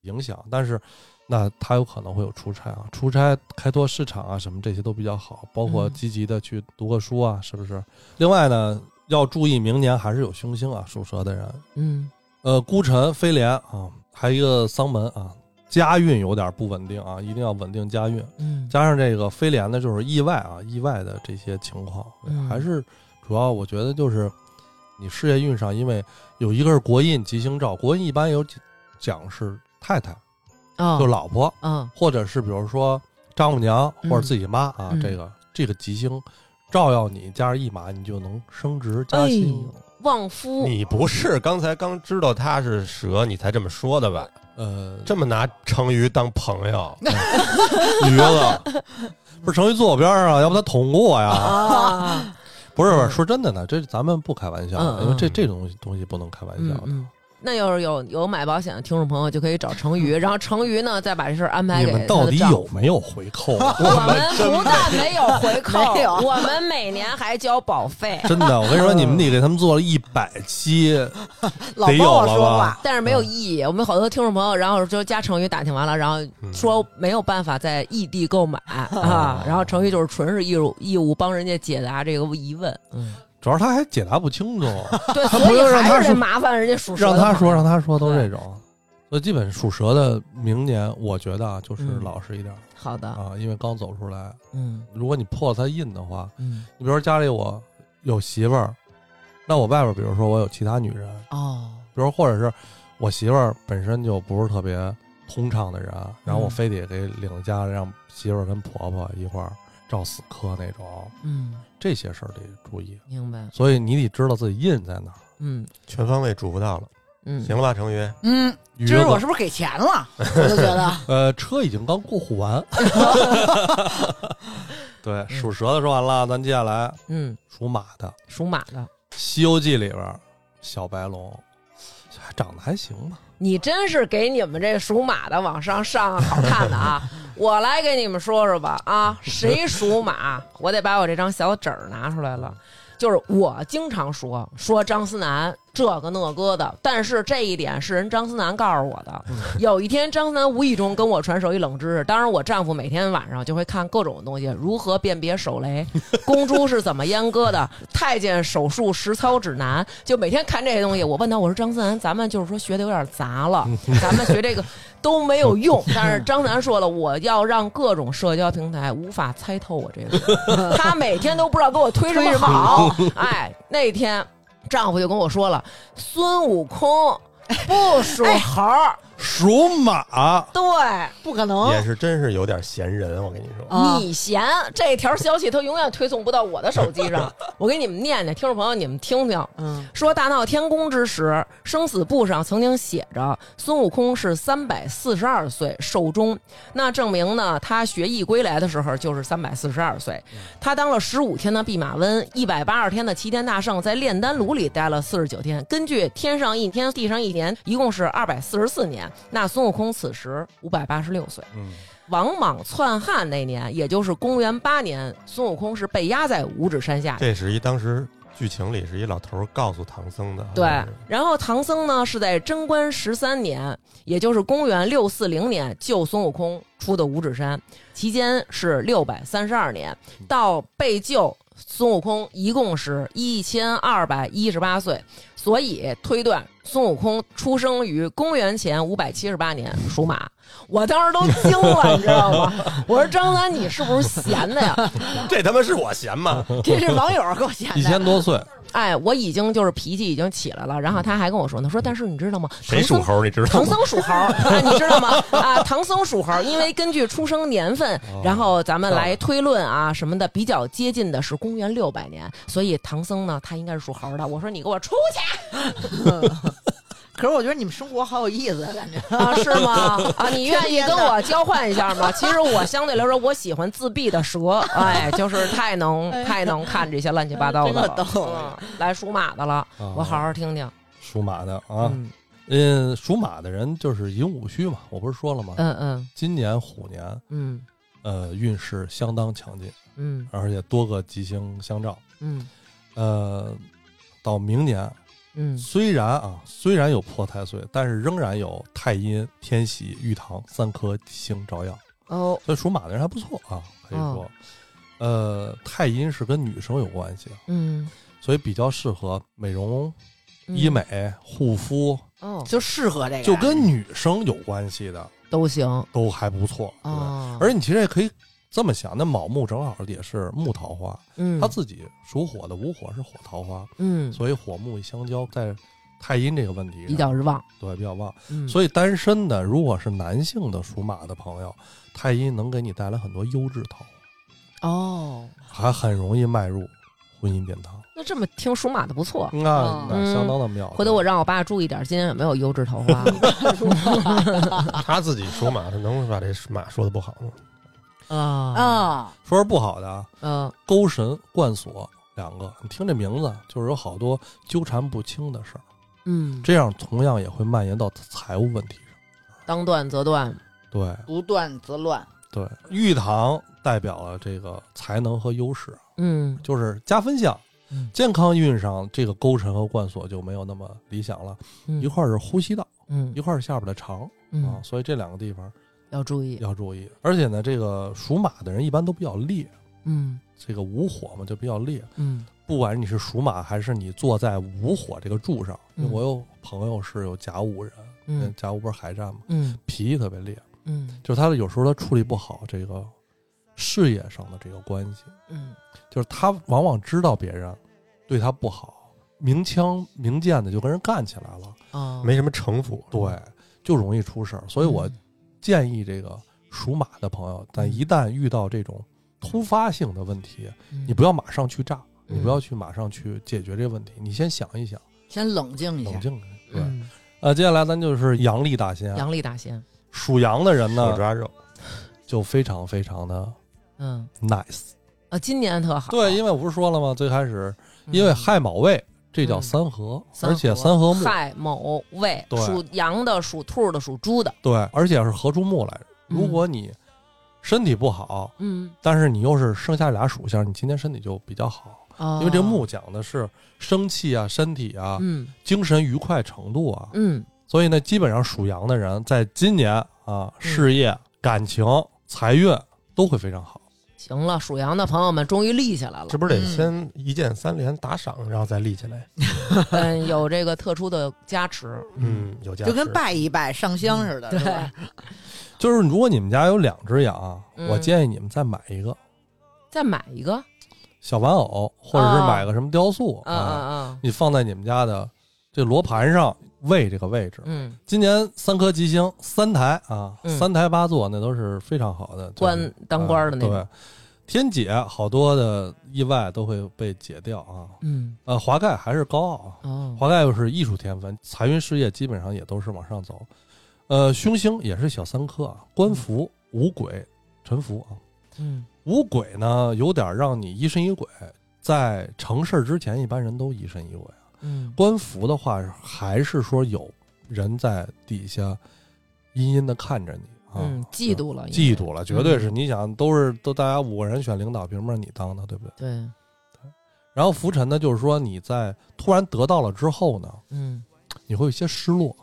B: 影响，但是那他有可能会有出差啊，出差开拓市场啊，什么这些都比较好，包括
D: 嗯
B: 积极的去读个书啊，是不是？另外呢，要注意明年还是有凶星啊，属蛇的人，
D: 嗯
B: 呃，孤辰、飞廉啊，还有一个丧门啊，家运有点不稳定啊，一定要稳定家运，
D: 嗯
B: 加上这个飞廉呢，就是意外啊，意外的这些情况，
D: 嗯
B: 还是主要我觉得就是你事业运上，因为有一个是国印吉星照，国印一般有几讲是太太，就
D: 哦
B: 老婆，
D: 嗯
B: 或者是比如说丈母娘或
D: 嗯
B: 者自己妈啊，
D: 嗯
B: 这个这个吉星照耀你，加上一马，你就能升职加
D: 哎
B: 薪。
D: 呦，旺夫，
C: 你不是刚才刚知道他是蛇，你才这么说的吧？
B: 呃，
C: 这么拿成语当朋友，
B: 驴子不是成语坐我边儿啊，要不他捅过我呀？
D: 啊，
B: 不是，不是，说真的呢，这咱们不开玩笑，啊
D: 嗯嗯
B: 因为这这种东西东西不能开玩笑
D: 嗯
B: 的。
D: 嗯。那要是有有买保险的听众朋友，就可以找成瑜，然后成瑜呢再把这事儿安排
B: 你
D: 给
B: 们
D: 他
B: 到
D: 的
B: 底
D: 丈夫
B: 有没有回扣啊？
D: 我们不但没有回扣，
E: 没有
D: 我们每年还交保费，
B: 真的，我跟你说，你们得给他们做了一百期，
E: 老
B: 得
E: 帮
B: 有
E: 我
B: 了
E: 说话
B: 吧？？
D: 但是没有意义。我们有好多听众朋友，然后就加成语打听完了，然后说没有办法在异地购买啊，然后成语就是纯是义务义务帮人家解答这个疑问，
B: 主要是他还解答不清楚，
D: 对，
B: 他
D: 所
B: 不
D: 以
B: 用让他
D: 还是
B: 说
D: 得麻烦人家属蛇
B: 让
D: 的
B: 他说，
D: 朋友
B: 让他说，都这种。所以基本属蛇的，明年我觉得啊，就是
D: 嗯
B: 老实一点儿
D: 好的，
B: 啊，因为刚走出来，
D: 嗯
B: 如果你破了他印的话，
D: 嗯，
B: 你比如说家里我有媳妇儿，那我外边比如说我有其他女人，
D: 哦，
B: 比如或者是我媳妇儿本身就不是特别通畅的人，然后我
D: 嗯
B: 非得给领家让媳妇儿跟婆婆一块儿照死磕那种，
D: 嗯，
B: 这些事儿得注意。
D: 明白，
B: 所以你得知道自己印在哪儿。
D: 嗯
C: 全方位嘱咐到了，
D: 嗯，
C: 行了吧，成瑜？
E: 嗯，
B: 鱼
E: 今儿我
B: 子，
E: 是不是给钱了？我就觉得
B: 呃，车已经刚过户完。对，属蛇的说完了，咱接下来
D: 嗯，
B: 属马的，《
D: 属马的。
B: 西游记》里边儿小白龙还长得还行吧。
D: 你真是给你们这属马的往上上好看的 啊！我来给你们说说吧啊，谁属马，我得把我这张小纸儿拿出来了。就是我经常说说张思楠这个那个的，但是这一点是人张思楠告诉我的。有一天，张思楠无意中跟我传授一冷知识，当然我丈夫每天晚上就会看各种东西，如何辨别手雷，公猪是怎么阉割的，太监手术实操指南，就每天看这些东西。我问他，我说张思楠，咱们就是说学的有点杂了，咱们学这个都没有用。但是张楠说了，我要让各种社交平台无法猜透我这个人。他每天都不知道给我推什么好。
E: 哦
D: 哎，那天丈夫就跟我说了，孙悟空不属
E: 哎
D: 猴儿，
B: 属马，
D: 对。
E: 不可
C: 也
E: 能，
C: 是真是有点闲人，我跟你说，
E: 啊
D: 你嫌这条消息，他永远推送不到我的手机 上。我给你们念念，听众朋友，你们听听。
E: 嗯，
D: 说大闹天宫之时，生死簿上曾经写着孙悟空是三百四十二岁寿终，那证明呢他学艺归来的时候就是三百四十二岁。他当了十五天的弼马温，一百八十天的齐天大圣，在炼丹炉里待了四十九天。根据天上一天，地上一年，一共是二百四十四年。那孙悟空此时五百八十六岁。
B: 嗯，
D: 王莽篡汉那年，也就是公元八年，孙悟空是被压在五指山下，
C: 这是一当时剧情里是一老头儿告诉唐僧的，
D: 对
C: 好像是，
D: 然后唐僧呢是在贞观十三年，也就是公元六四零年救孙悟空出的五指山，期间是六百三十二年，到被救孙悟空一共是一千二百一十八岁，所以推断孙悟空出生于公元前五百七十八年，属马。我当时都惊了，你知道 吗？我说张楠，你是不是闲的呀？
C: 这他妈是我闲吗？
E: 这是网友给我钱
B: 一
E: 的，
B: 千多岁，
D: 哎，我已经就是脾气已经起来了。然后他还跟我说呢，说但是你知道吗？
C: 谁属
D: 唐僧
C: 猴儿你啊知道
D: 唐
C: 吗？
D: 僧属 猴儿，啊，你知道吗？啊，唐僧属猴儿，因为根据出生年份，
B: 哦
D: 然后咱们来推论啊什么的，比较接近的是公元六百年，所以唐僧呢，他应该是属猴儿的。我说你给我出去
E: 可是我觉得你们生活好有意思，感觉
D: 啊，是吗？啊，你愿意
E: 天天
D: 跟
E: 的
D: 我交换一下吗？其实我相对来说，我喜欢自闭的蛇，哎，就是太能太能看这些乱七八糟的
E: 真的
D: 了。
E: 逗
D: 嗯来属马的了，
B: 啊
D: 我好好听听。
B: 属马的啊，
D: 嗯
B: 嗯，属马的人就是寅午戌嘛，我不是说了吗？
D: 嗯嗯
B: 今年虎年，
D: 嗯
B: 呃，运势相当强劲，
D: 嗯
B: 而且多个吉星相照。
D: 嗯
B: 呃，到明年
D: 嗯，
B: 虽然啊，虽然有破太岁，但是仍然有太阴、天喜、玉堂三颗星照耀，
D: 哦
B: 所以属马的人还不错啊，可以说。呃，太阴是跟女生有关系，啊
D: 嗯，
B: 所以比较适合美容、
D: 嗯
B: 医美、护肤，
D: 哦
E: 就适合这个，
B: 就跟女生有关系的
D: 都行
B: 都还不错。对吧，
D: 哦。
B: 而且你其实也可以这么想，那卯木正好也是木桃花，
D: 嗯，
B: 他自己属火的，无火是火桃花，
D: 嗯
B: 所以火木一相交，在太阴这个问题上
D: 比较是旺，
B: 对比较旺。
D: 嗯，
B: 所以单身的，如果是男性的属马的朋友，太阴能给你带来很多优质桃花，
D: 哦，
B: 还很容易迈入婚姻殿堂，
D: 那这么听属马的不
B: 嗯
D: 错，
B: 那那相当的妙。
D: 回头啊我让我爸注意点，今天有没有优质桃 花？
C: 他自己属马，他能把这马说的不好吗？
D: 啊
E: 啊，
B: 说是不好的啊，
D: 嗯
B: 勾神贯锁两个，你听这名字就是有好多纠缠不清的事儿，
D: 嗯，
B: 这样同样也会蔓延到财务问题上。
D: 当断则断，
B: 对
E: 不断则乱，
B: 对，玉堂代表了这个才能和优势，
D: 嗯
B: 就是加分项
D: 嗯。
B: 健康运上，这个勾沉和贯锁就没有那么理想了。
D: 嗯
B: 一块儿是呼吸道，
D: 嗯
B: 一块儿是下边的肠啊
D: 嗯，，
B: 所以这两个地方
D: 要注意，
B: 要注意。而且呢，这个属马的人一般都比较烈，
D: 嗯
B: 这个午火嘛就比较烈。
D: 嗯
B: 不管你是属马还是你坐在午火这个柱上，因为
D: 嗯
B: 我有朋友是有甲午人，
D: 嗯
B: 甲午不是海战嘛，
D: 嗯
B: 脾气特别烈，
D: 嗯
B: 就是他有时候他处理不好这个事业上的这个关系，
D: 嗯
B: 就是他往往知道别人对他不好，明枪明剑的就跟人干起来了，
D: 哦，
C: 没什么城府，
B: 对，就容易出事儿。所以我
D: 嗯
B: 建议这个属马的朋友，但一旦遇到这种突发性的问题，
D: 嗯
B: 你不要马上去炸，
D: 嗯
B: 你不要去马上去解决这问题，你先想一想，
E: 先冷静一
B: 冷
E: 下。
B: 静一下。对，
D: 嗯
B: 呃，接下来咱就是阳历大仙，啊
D: 阳历大仙，
B: 属羊的人
C: 手
B: 呢
C: 抓肉，
B: 就非常非常的
D: 嗯
B: nice。
D: 啊，今年特好，
B: 对，因为我不是说了吗？最开始因为
D: 嗯
B: 亥卯未，这叫
D: 嗯
B: 三合，
D: 三
B: 而且
D: 合
B: 三合木，
D: 亥卯未，
B: 对
D: 属羊的、属兔的、属猪的，
B: 对，而且是合出木来着。如
D: 嗯
B: 果你身体不好，
D: 嗯，
B: 但是你又是剩下俩属相，你今天身体就比较好，
D: 哦
B: 因为这个木讲的是生气啊、身体啊、
D: 嗯
B: 精神愉快程度啊，
D: 嗯
B: 所以呢，基本上属羊的人在今年
D: 嗯
B: 啊，事业、感情、财运都会非常好。
D: 行了，属羊的朋友们终于立起来了
C: 这，不是得
E: 嗯
C: 先一键三连打赏，然后再立起来？
D: 嗯，有这个特殊的加持，
C: 嗯，有价值
E: 就跟拜一拜上香似的，
D: 对
E: 是吧
B: 就是如果你们家有两只羊啊，
D: 嗯
B: 我建议你们再买一个
D: 再买一个，
B: 小玩偶，或者是
D: 啊
B: 买个什么雕塑
D: 啊啊啊，
B: 你放在你们家的这罗盘上位这个位置。
D: 嗯，
B: 今年三颗吉星三台啊，
D: 嗯
B: 三台八座那都是非常好的，就是
D: 官当官的那
B: 啊
D: 种，
B: 对，天解好多的意外都会被解掉啊。
D: 嗯
B: 呃，华盖还是高傲啊，
D: 哦，
B: 华盖又是艺术天分，财运事业基本上也都是往上走。呃，凶星也是小三颗啊，官服、五鬼、辰符啊。
D: 嗯
B: 五鬼呢，有点让你疑神疑鬼，在成事儿之前，一般人都疑神疑鬼。
D: 嗯
B: 官服的话，还是说有人在底下阴阴的看着你啊，
D: 嗯，嫉妒了，
B: 嫉
D: 应该
B: 妒了，绝对是。你想，都是都大家五个人选领导，凭什么让你当呢？对不对？
D: 对，
B: 然后浮沉呢，就是说你在突然得到了之后呢，
D: 嗯
B: 你会有一些失落。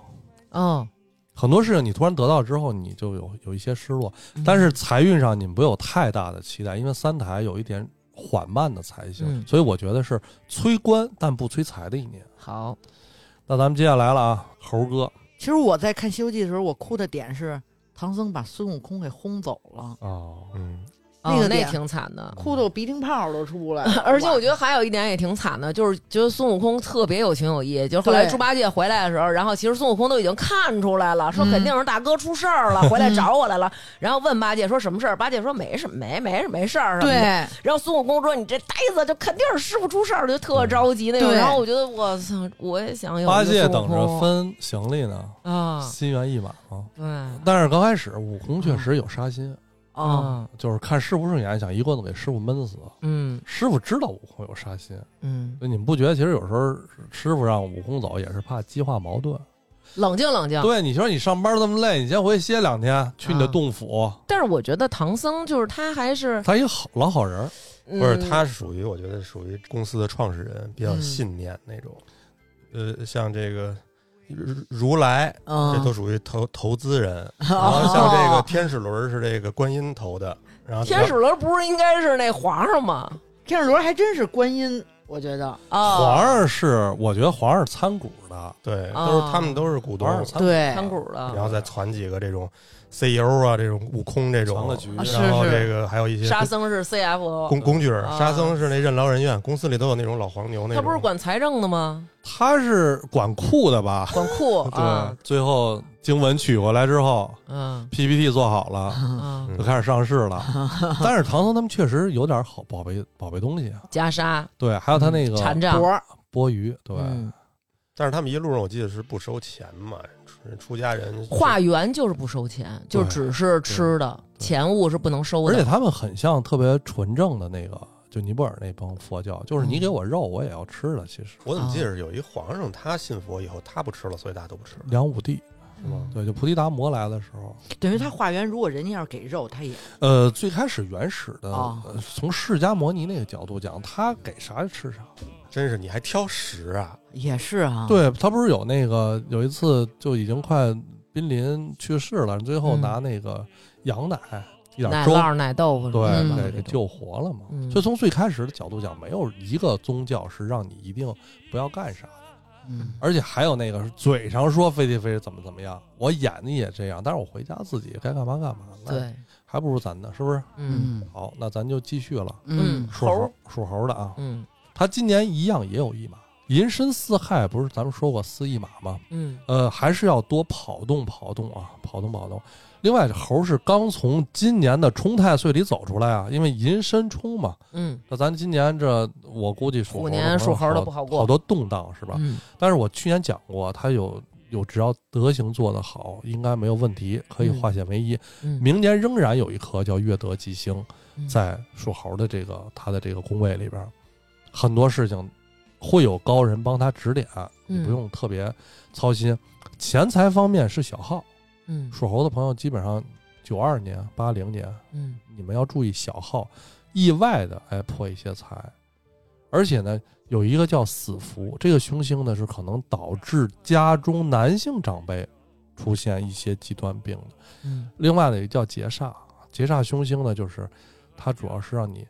D: 哦，
B: 很多事情你突然得到之后，你就有有一些失落，
D: 嗯
B: 但是财运上你不有太大的期待，因为三台有一点缓慢的财星，
D: 嗯
B: 所以我觉得是催官但不催财的一年。
D: 好，哦
B: 那咱们接下来了啊，猴哥
E: 其实我在看《西游记》的时候，我哭的点是唐僧把孙悟空给轰走了，
B: 哦，
C: 嗯，
D: 哦
E: 那个
D: 那
E: 点
D: 挺惨的，
E: 哭的我鼻涕泡都出来了。
D: 而且我觉
E: 得
D: 得还有一点也挺惨的，就是觉得孙悟空特别有情有义。就是后来
E: 对
D: 猪八戒回来的时候，然后其实孙悟空都已经看出来了，说
E: 嗯
D: 肯定是大哥出事儿了，回来找我来了。然后问八戒说什么事儿，八戒说没什么，没没没事儿什么的。
E: 对，
D: 然后孙悟空说你这呆子，就肯定是师傅出事儿了，就特着急那种。
E: 嗯对
D: 然后我觉得我操，哎我也想有
B: 八
D: 一个
B: 戒
D: 孙悟
B: 等着
D: 空
B: 分行李呢，
D: 啊，
B: 心猿意马嘛。
D: 对
B: 但是刚开始悟空确
D: 嗯
B: 实有杀心，
E: 啊，
D: 啊，
B: 就是看师傅顺眼，想一棍子给师傅闷死。
D: 嗯
B: 师傅知道悟空有杀心，
D: 嗯，
B: 所以你们不觉得其实有时候师傅让悟空走也是怕激化矛盾？
D: 冷静冷静。
B: 对，你说你上班这么累，你先回去歇两天，去
D: 啊
B: 你的洞府。
D: 但是我觉得唐僧就是他还是嗯
B: 他一好老好人儿，
D: 不
C: 不是，他属于我觉得属于公司的创始人，比较
E: 嗯
C: 信念那种。呃，像这个如如来，
D: 嗯
E: 嗯
C: 这都属于投投 资人。然后像这个天使轮是这个观音投的，然后
D: 天使轮不是应该是那皇上吗？
E: 天上轮还真是观音，我觉得
D: 啊，
B: 皇上是我觉得皇上参股的，
C: 对，
D: 啊
C: 都是他们都是股东
B: 玩，儿哦参
E: 对，
D: 参股了
C: 然后再攒几个这种 CEO 啊，这种悟空这
B: 传
C: 种
B: 个，局
E: 啊，是
C: 然后这个还有一些
D: 沙僧是 CFO，
C: 工工具人，
D: 啊
C: 沙僧是那任劳任怨，公司里都有那种老黄牛那
D: 他
C: 种，
D: 不是管财政的吗？
B: 他是管库的吧？
D: 管库
B: 对，
D: 啊，
B: 最后经文取回来之后
D: 嗯
B: ，PPT 做好了，
D: 嗯，
B: 就开始上市 了。但是唐僧他们确实有点好宝贝宝贝东西啊，
D: 袈裟、
B: 对，还有他那
D: 嗯禅
B: 个
D: 杖，
E: 博
B: 钵盂，对，
D: 嗯
C: 但是他们一路上我记得是不收钱嘛，出出家人
D: 化缘就是不收钱，就只是吃的，
B: 对
D: 钱物是不能收
B: 而且
D: 的。
B: 他们很像特别纯正的那个，就尼泊尔那帮佛教，就是
D: 嗯
B: 你给我肉，我也要吃的。其实
C: 我怎么
E: 哦
C: 记得有一皇上他信佛以后他不吃了，所以大家都不吃了。
B: 梁武帝，
D: 嗯
B: 对，就菩提达摩来的时候，
E: 等于他化缘，如果人家要是给肉，他也
B: 呃，最开始原始的，
E: 哦
B: 呃从释迦摩尼那个角度讲，他给啥吃啥。
D: 哦
C: 真是你还挑食啊！
E: 也是啊，
B: 对他不是有那个有一次就已经快濒临去世了，最后
D: 嗯
B: 拿那个羊奶一点
D: 奶
B: 粥，
D: 酪、奶豆腐什
B: 对，
D: 么的，这
B: 给
E: 嗯
B: 给
D: 种
B: 救活了嘛。
D: 嗯
B: 所以从最开始的角度讲，没有一个宗教是让你一定不要干啥的。
E: 嗯，
B: 而且还有那个嘴上说非得非得怎么怎么样，我演的也这样，但是我回家自己该干嘛干嘛，，
D: 对，
B: 还不如咱呢，是不是？
D: 嗯
B: 好，那咱就继续了。
D: 嗯
B: 属
D: 猴
B: 猴属猴的啊，
D: 嗯
B: 他今年一样也有一马，寅申巳亥，不是咱们说过四驿马吗？
D: 嗯
B: 呃，还是要多跑动跑动啊，跑动跑动。另外，这猴是刚从今年的冲太岁里走出来啊，因为寅申冲嘛。
D: 嗯，
B: 那咱今年这，我估计属
D: 虎
B: 猴的
D: 年
B: 朋友
D: 属猴的
B: 好
D: 不好过
B: 好多动荡是吧？
D: 嗯
B: 但是我去年讲过，他有有只要德行做得好，应该没有问题，可以化险为夷。
D: 嗯
B: 明年仍然有一颗叫月德吉星
D: 嗯
B: 在属猴的这个他的这个宫位里边，很多事情会有高人帮他指点，你不用特别操心。钱财方面是小号，
D: 嗯
B: 属猴的朋友基本上九二年、八零年
D: 嗯
B: 你们要注意小号，意外的哎破一些财，而且呢有一个叫死符，这个凶星呢是可能导致家中男性长辈出现一些极端病的。
D: 嗯
B: 另外呢也叫劫煞，劫煞凶星呢就是它主要是让你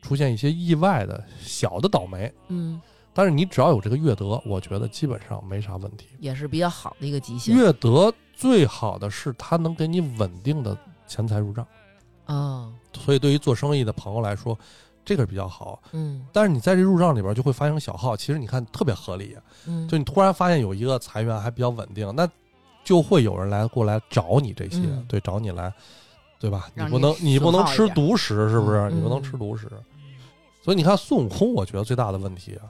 B: 出现一些意外的小的倒霉，
D: 嗯，
B: 但是你只要有这个月德，我觉得基本上没啥问题。
D: 也是比较好的一个吉星
B: 月德最好的是它能给你稳定的钱财入账。
D: 啊，
B: 所以对于做生意的朋友来说，这个比较好。
D: 嗯
B: 但是你在这入账里边就会发现个小号，其实你看特别合理，
D: 嗯，
B: 就你突然发现有一个财源还比较稳定，那就会有人来过来找你这些，
D: 嗯
B: 对，找你来，对吧？你
E: 让
B: 不
E: 你
B: 能你不能
E: 损耗一
B: 吃
E: 点
B: 独食，是不是？
D: 嗯
B: 你不能吃独食。所以你看孙悟空，我觉得最大的问题啊，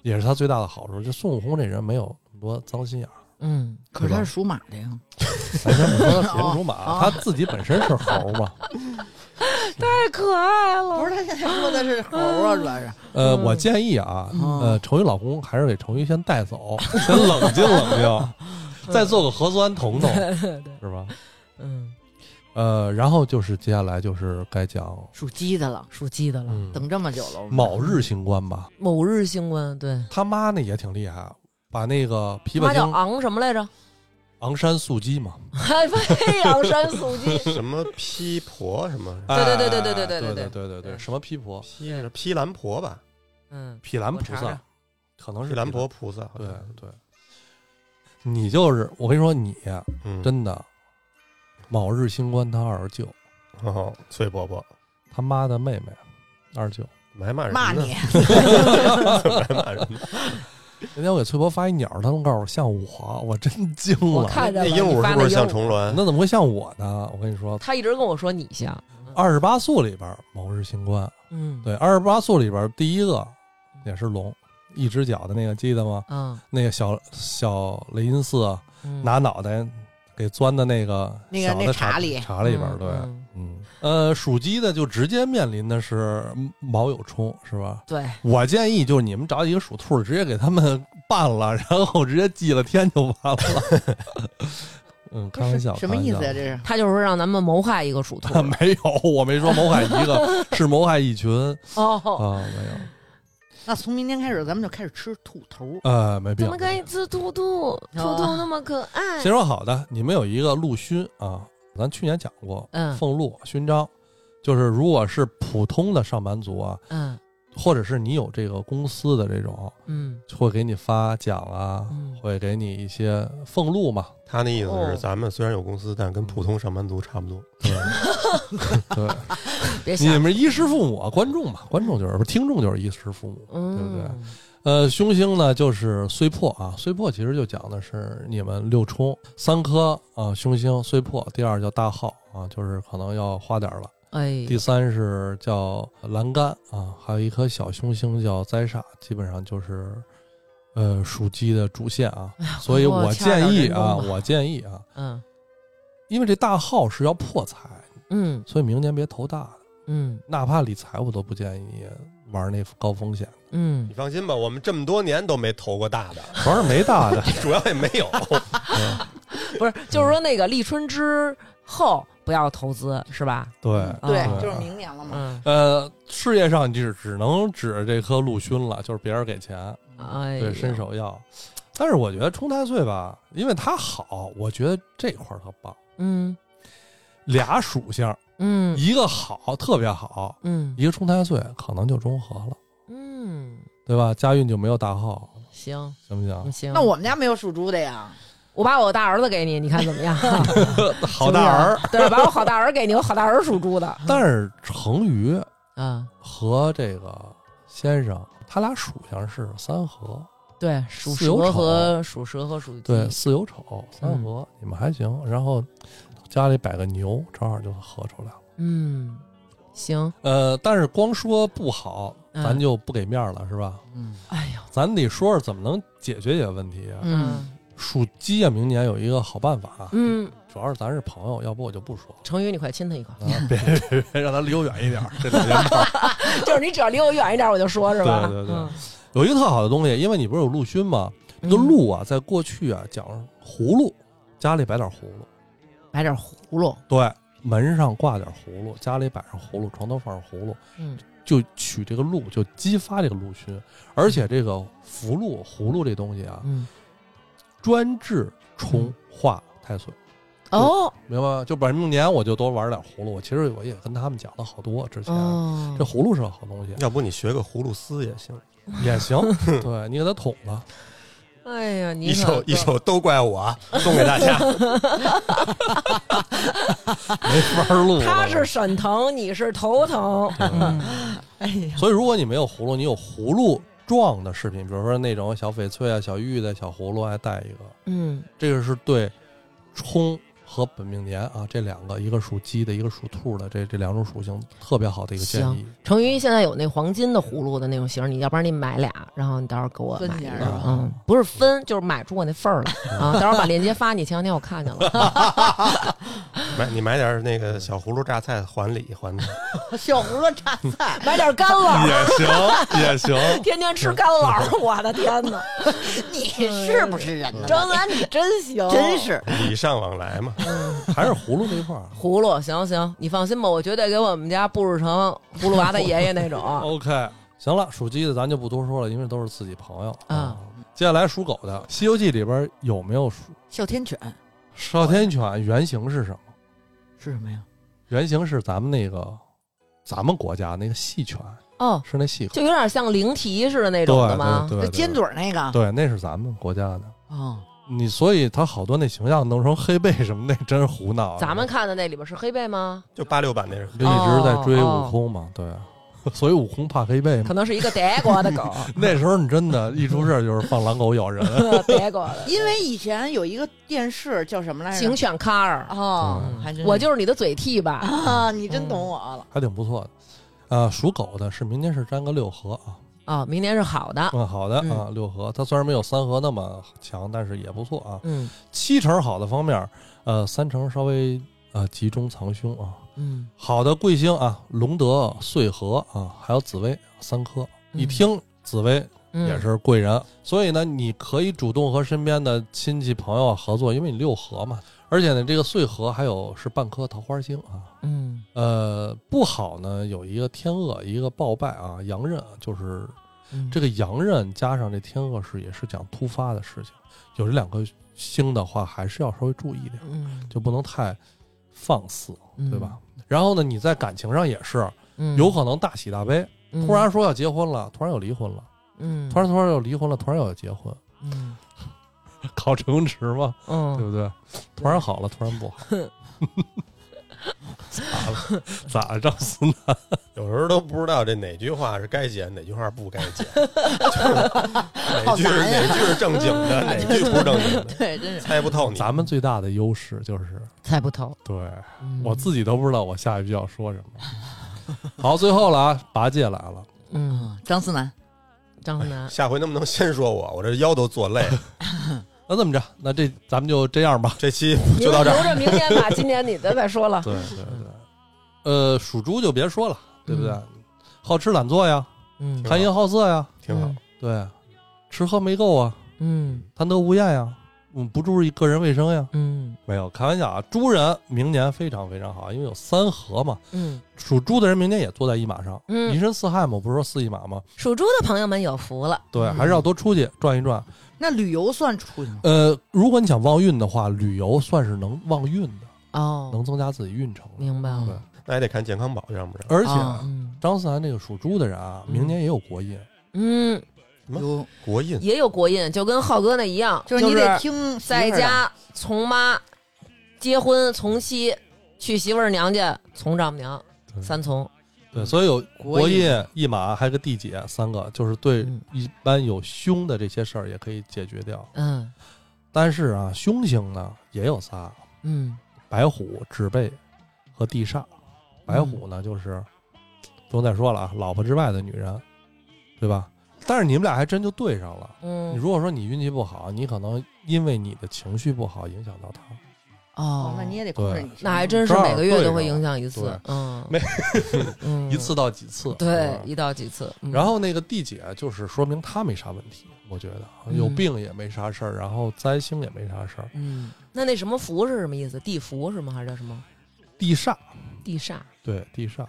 B: 也是他最大的好处，就孙悟空这人没有那么多脏心眼儿。
D: 嗯
E: 可是
B: 对吧
E: 他是属马的呀，
B: 咱先不说他 铁不属
E: 哦
B: 马，
E: 哦
B: 他自己本身是猴 嘛，
D: 太可爱了，
E: 不是他现在说的是猴啊，主要是
B: 呃，
D: 嗯
B: 我建议啊，
E: 嗯
B: 呃，成宇老公还是给成宇先带走，先冷静冷 静，再做个核酸捅捅， 是吧？
D: 嗯，
B: 呃，然后就是接下来就是该讲
C: 哦
E: 属鸡的了，
D: 属鸡的了，
B: 嗯
E: 等这么久了，我们
B: 卯日星官吧，
D: 某日星官对，
B: 他妈那也挺厉害，啊把那个琵
D: 妈
B: 琶
D: 叫
B: 精
D: 昂什么来着？
B: 昂山素姬嘛，
D: 还飞昂山素 姬，
C: 什 么披婆什么
D: 对对对对
B: 哎
D: 对对
B: 对
D: 对
B: 对
D: 对
B: 对对对，
D: 对
B: 什么披婆、
C: 披是披兰婆吧？
D: 嗯，
B: 匹蓝
D: 我
B: 菩
D: 查
B: 萨
D: 查，
B: 可能是
C: 披兰
B: 匹
C: 婆，菩萨，
B: 对对，你就是我跟你说，你
C: 嗯，
B: 真的卯日星官他二舅，
C: 哦，崔伯伯，
B: 他妈的妹妹二舅。
C: 埋骂人呢
E: 骂你，
C: 埋骂人 呢。
B: 那天我给崔博发一鸟，他能告诉我像我，我真惊了。
D: 我看着
C: 那
D: 了，
C: 鹦
D: 你
C: 鹉
D: 发
C: 是不
D: 的
C: 是像
D: 鹦鹉
C: 重峦？
B: 那怎么会像我呢？我跟你说，
D: 他一直跟我说你像，
B: 二十八宿里边卯日星官，
D: 嗯，，
B: 对，二十八宿里边第一个也是龙，一只脚的那个记得吗？
D: 嗯，
B: 那个小小雷音寺啊
D: 嗯
B: 拿脑袋给钻的那个
E: 那个
B: 小的
E: 那
B: 茶
E: 茶里
B: 茶里边，
D: 嗯
B: 对，
D: 嗯
B: 嗯，呃，属鸡的就直接面临的是卯酉冲，是吧？
D: 对，
B: 我建议就是你们找几个属兔的，直接给他们办了，然后直接祭了天就完了。嗯，开玩笑，
E: 什么意思呀？啊这
B: 呀、，
E: 是
D: 他就是说让咱们谋害一个属兔
B: 没有，我没说谋害一个，是谋害一群
D: 哦，
B: 啊，没有，
E: 那从明天开始，咱们就开始吃兔头，
B: 呃，没必
D: 怎
B: 要哦
D: 么。可以吃兔兔？兔兔那么可爱
B: 先，说好的，你们有一个陆勋啊，咱去年讲过，
D: 嗯
B: 俸禄勋章，就是如果是普通的上班族啊，
D: 嗯
B: 或者是你有这个公司的这种，
D: 嗯
B: 会给你发奖啊，
D: 嗯
B: 会给你一些俸禄嘛，
C: 他那意思
E: 哦
C: 是，咱们虽然有公司，但是跟普通上班族差不多。
B: 对， 对，
D: 别想
B: 你，们衣食父母啊，观众嘛，观众就是不是听众就是衣食父母。对不对
D: 嗯，
B: 呃，凶星呢就是虽破啊，虽破其实就讲的是你们六冲三颗啊、凶星虽破，第二叫大耗啊，就是可能要花点儿了。
D: 哎，
B: 第三是叫栏杆啊，还有一颗小凶星叫灾煞，基本上就是呃属鸡的主线啊。所以
D: 哎我
B: 我
D: 掐点
B: 建议
D: 人
B: 啊，
D: 工吧
B: 我建议啊，
D: 嗯
B: 因为这大号是要破财，
D: 嗯
B: 所以明年别投大的，
D: 嗯
B: 哪怕理财我都不建议你玩那高风险，
D: 嗯
C: 你，放心吧，我们这么多年都没投过大的，
B: 玩儿没大 的。嗯
C: 主要也没有。
D: 不是，就是说那个立春之后不要投资，是吧？
B: 对，
E: 对
D: 啊，
E: 就是明年了嘛。
D: 嗯，
B: 呃，事业上你只只能指着这颗陆勋了，就是别人给钱，
D: 哎，
B: 对，伸，手要。但是我觉得冲太岁吧，因为他好，我觉得这块儿特棒。
D: 嗯
B: 俩属性，
D: 嗯
B: 一个好，特别好，
D: 嗯
B: 一个冲太岁可能就中和了，
D: 嗯，
B: 对吧？家运就没有大号，
D: 行
B: 行不行？
D: 行，
E: 那我们家没有属猪的呀，
D: 我把我大儿子给你，你看怎么 样？
B: 好大儿，，
D: 对，把我好大儿给你，我好大儿属猪的，
B: 但是成瑜
D: 啊，
B: 和这个先生，他俩属相是三合，
D: 对，属
B: 四有
D: 蛇
B: 丑
D: 和属蛇和属鸡，
B: 对，巳酉丑三合，你们还行。然后家里摆个牛，正好就合出来了。
D: 嗯，行，
B: 呃，但是光说不好，
D: 嗯
B: 咱就不给面儿了，是吧？
E: 嗯，
D: 哎呦，
B: 咱得说说怎么能解决解决问题啊。
D: 嗯
B: 属鸡啊，明年有一个好办法啊，
D: 嗯，
B: 主要是咱是朋友，要不我就不说了。
D: 成宇，你快亲他一口，
B: 啊，别别别，让他离我远一点儿。这两件事儿
D: 就是你只要离我远一点，我就说是吧？
B: 对对对
D: 嗯
B: 有一个特好的东西，因为你不是有陆勋吗？这个鹿啊，在过去啊讲葫芦，家里摆点葫芦，
E: 买点葫芦，
B: 对，门上挂点葫芦，家里摆上葫芦，床头放上葫芦，
D: 嗯
B: 就取这个鹿，就激发这个鹿勋。而且这个符箓、葫芦这东西啊，
D: 嗯，
B: 专治冲化太岁，啊
D: 哦
B: 明白吗？就本命年我就多玩点葫芦。我其实我也跟他们讲了好多之前。
D: 哦，
B: 这葫芦是个好东西，
C: 要不你学个葫芦丝也行。
B: 也行。对你给它捅了，
D: 哎呀，你
C: 一首
D: 可
C: 一首都怪我啊，送给大家。
B: 没法儿录了。
D: 他是沈腾，你是头疼。 哎呀，
B: 所以如果你没有葫芦，你有葫芦状的饰品，比如说那种小翡翠啊、小玉的小葫芦，还带一个，
D: 嗯
B: 这个是对冲和本命年啊这两个，一个属鸡的，一个属兔的，这这两种属性特别好的一个建议
D: 行。，成云现在有那黄金的葫芦的那种型儿，你要不然你买俩，然后你到时候给我
E: 分
D: 买一
E: 点儿
D: 个
E: 是吧
D: 嗯，不是分，就是买出我那份儿 来啊。到时候把链接发你，前两天我看见了，
C: 买你买点那个小葫芦榨菜还礼还他
E: 小葫芦榨菜，
D: 买点干酪，
C: 也行也行。
D: 天天吃干酪，我的天哪！
E: 你是不是人呢？
D: 张楠，你 真行，
E: 真是
C: 礼尚往来嘛，
B: 还是葫芦这一块儿啊
D: 葫芦，行行，你放心吧，我绝对给我们家布置成葫芦娃的爷爷那
E: 哦
D: 种。
B: ，OK。行了，属鸡的咱就不多说了，因为都是自己朋友
D: 啊
B: 接下来属狗的，《西游记》里边有没有属
E: 哮天犬
B: 少天犬原型是什么？
E: 是什么呀？
B: 原型是咱们那个，咱们国家那个细犬，
D: 哦，
B: 是那细狗，
D: 就有点像灵缇似的那
B: 对
D: 种的吗？
B: 对对对，
E: 那尖嘴儿那个，
B: 对，那是咱们国家的。
E: 哦，
B: 你所以他好多那形象弄成黑背什么，那真是胡闹。啊
D: 咱们看的那里边是黑背吗？
C: 就八六版那是。
B: 就一直在追悟空嘛，对， 所以悟空怕黑背嘛
D: 哦可。能是一个德国的狗，
B: 那时候你真的，一出事儿就是放狼狗咬人。
D: 德国的
E: 因为以前有一个电视叫什么来着？
D: 警犬卡尔。
E: 哦
B: 嗯，
E: 还真
D: 我就是你的嘴替吧。
E: 啊，你真懂我了。
B: 还挺不错的。啊，属狗的是明年是占个六合啊，
D: 啊、明年是好的。
B: 嗯，好的
D: 嗯
B: 啊，六合，它虽然没有三合那么强，但是也不错啊。
D: 嗯
B: 七成好的方面，呃，三成稍微呃集中藏凶啊。
D: 嗯，
B: 好的贵星啊，龙德、穗禾啊，还有紫薇三颗，一听紫薇
D: 嗯
B: 也是贵人。所以呢，你可以主动和身边的亲戚朋友啊合作，因为你六合嘛。而且呢，这个岁合还有是半颗桃花星啊。
D: 嗯
B: 呃，不好呢，有一个天厄，一个暴败啊。阳刃就是
D: 嗯
B: 这个阳刃加上这天厄是也是讲突发的事情。有这两颗星的话，还是要稍微注意点，
D: 嗯
B: 就不能太放肆，
D: 嗯
B: 嗯对吧？然后呢，你在感情上也是
D: 嗯
B: 有可能大喜大悲，
D: 嗯
B: 突然说要结婚了，突然又离婚了，
D: 嗯，
B: 突然突然又离婚了，突然又要结婚，
D: 嗯
B: 考周星驰嘛，对
D: 嗯，
B: 不对？突然好了，突然不好， 咋了？咋了？张 思南
C: 有时候都不知道这哪句话是该剪，哪句话不该剪，就是哪句是
E: 好难呀
C: 哪句是正经的，哪句不是正经的，
D: 对，真是
C: 猜不透你。
B: 咱们最大的优势就是，
D: 猜不透。
B: 对
D: 嗯
B: 我自己都不知道我下一句要说什么。好，最后了啊，八戒来了，
D: 嗯，
E: 嗯，张思楠，
D: 张思南，
C: 下回能不能先说我？我这腰都坐累了。
B: 那这么着，那这咱们就这样吧。
C: 这期就到这儿，
D: 哎留着明年吧， 今年你的再说了。
B: 对 对对，呃，属猪就别说了，对不对？好吃懒做呀，
D: 嗯
C: 挺好
B: 含淫好色呀，
C: 挺
E: 嗯
C: 好。
B: 啊对，啊吃喝没够啊，
D: 嗯
B: 贪得无厌呀，嗯，不注意个人卫生呀。
D: 嗯
B: 没有，开玩笑啊！猪人明年非常非常好，因为有三合嘛。
D: 嗯，
B: 属猪的人明年也坐在一马上，
D: 嗯
B: 一身四害嘛，不是说四驿马吗？
D: 属猪的朋友们有福了。
B: 对，
D: 嗯
B: 还是要多出去转一转。
E: 那旅游算出去吗？
B: 呃，如果你想旺运的话，旅游算是能旺运的，
D: 哦，
B: 能增加自己运程的。
D: 明白
B: 对
D: 了。
C: 那也得看健康宝，要不然
B: 而且、
E: 啊
D: 嗯
B: 张思涵这个属猪的人啊，
D: 嗯
B: 明年也有国印，
D: 嗯，
C: 嗯
E: 有，
C: 国印
D: 也有国印，就跟浩哥那一样，
E: 就是
D: 是
E: 你得听媳妇
D: 在
E: 儿的，
D: 家从妈，结婚从媳，去媳妇儿娘家从丈母娘，
B: 对
D: 三从。
B: 对，所以有
E: 国
B: 国
E: 印
B: 印、一马还有个地姐三个，就是对
D: 嗯
B: 一般有凶的这些事儿也可以解决掉。
D: 嗯
B: 但是啊，凶星呢也有仨，
D: 嗯
B: 白虎、纸背和地煞。白虎呢，就是不用再说了啊，老婆之外的女人，对吧？但是你们俩还真就对上了。你
D: 嗯，
B: 如果说你运气不好，你可能因为你的情绪不好影响到他。
D: 哦
E: 哦，那你也得控制
B: 对
E: 你。
D: 那还真是每个月都会影响一
B: 这
D: 次
B: 儿，
D: 嗯，
B: 每
D: 嗯
B: 一次到几次，是
D: 对
B: 吧
D: 一到几次，嗯
B: 然后那个地姐就是说明她没啥问题，我觉得啊
D: 嗯
B: 有病也没啥事儿，然后灾星也没啥事儿。
D: 嗯，那那什么符是什么意思？地符是吗？还是叫什么
B: 地煞，
D: 地煞？
B: 对地煞，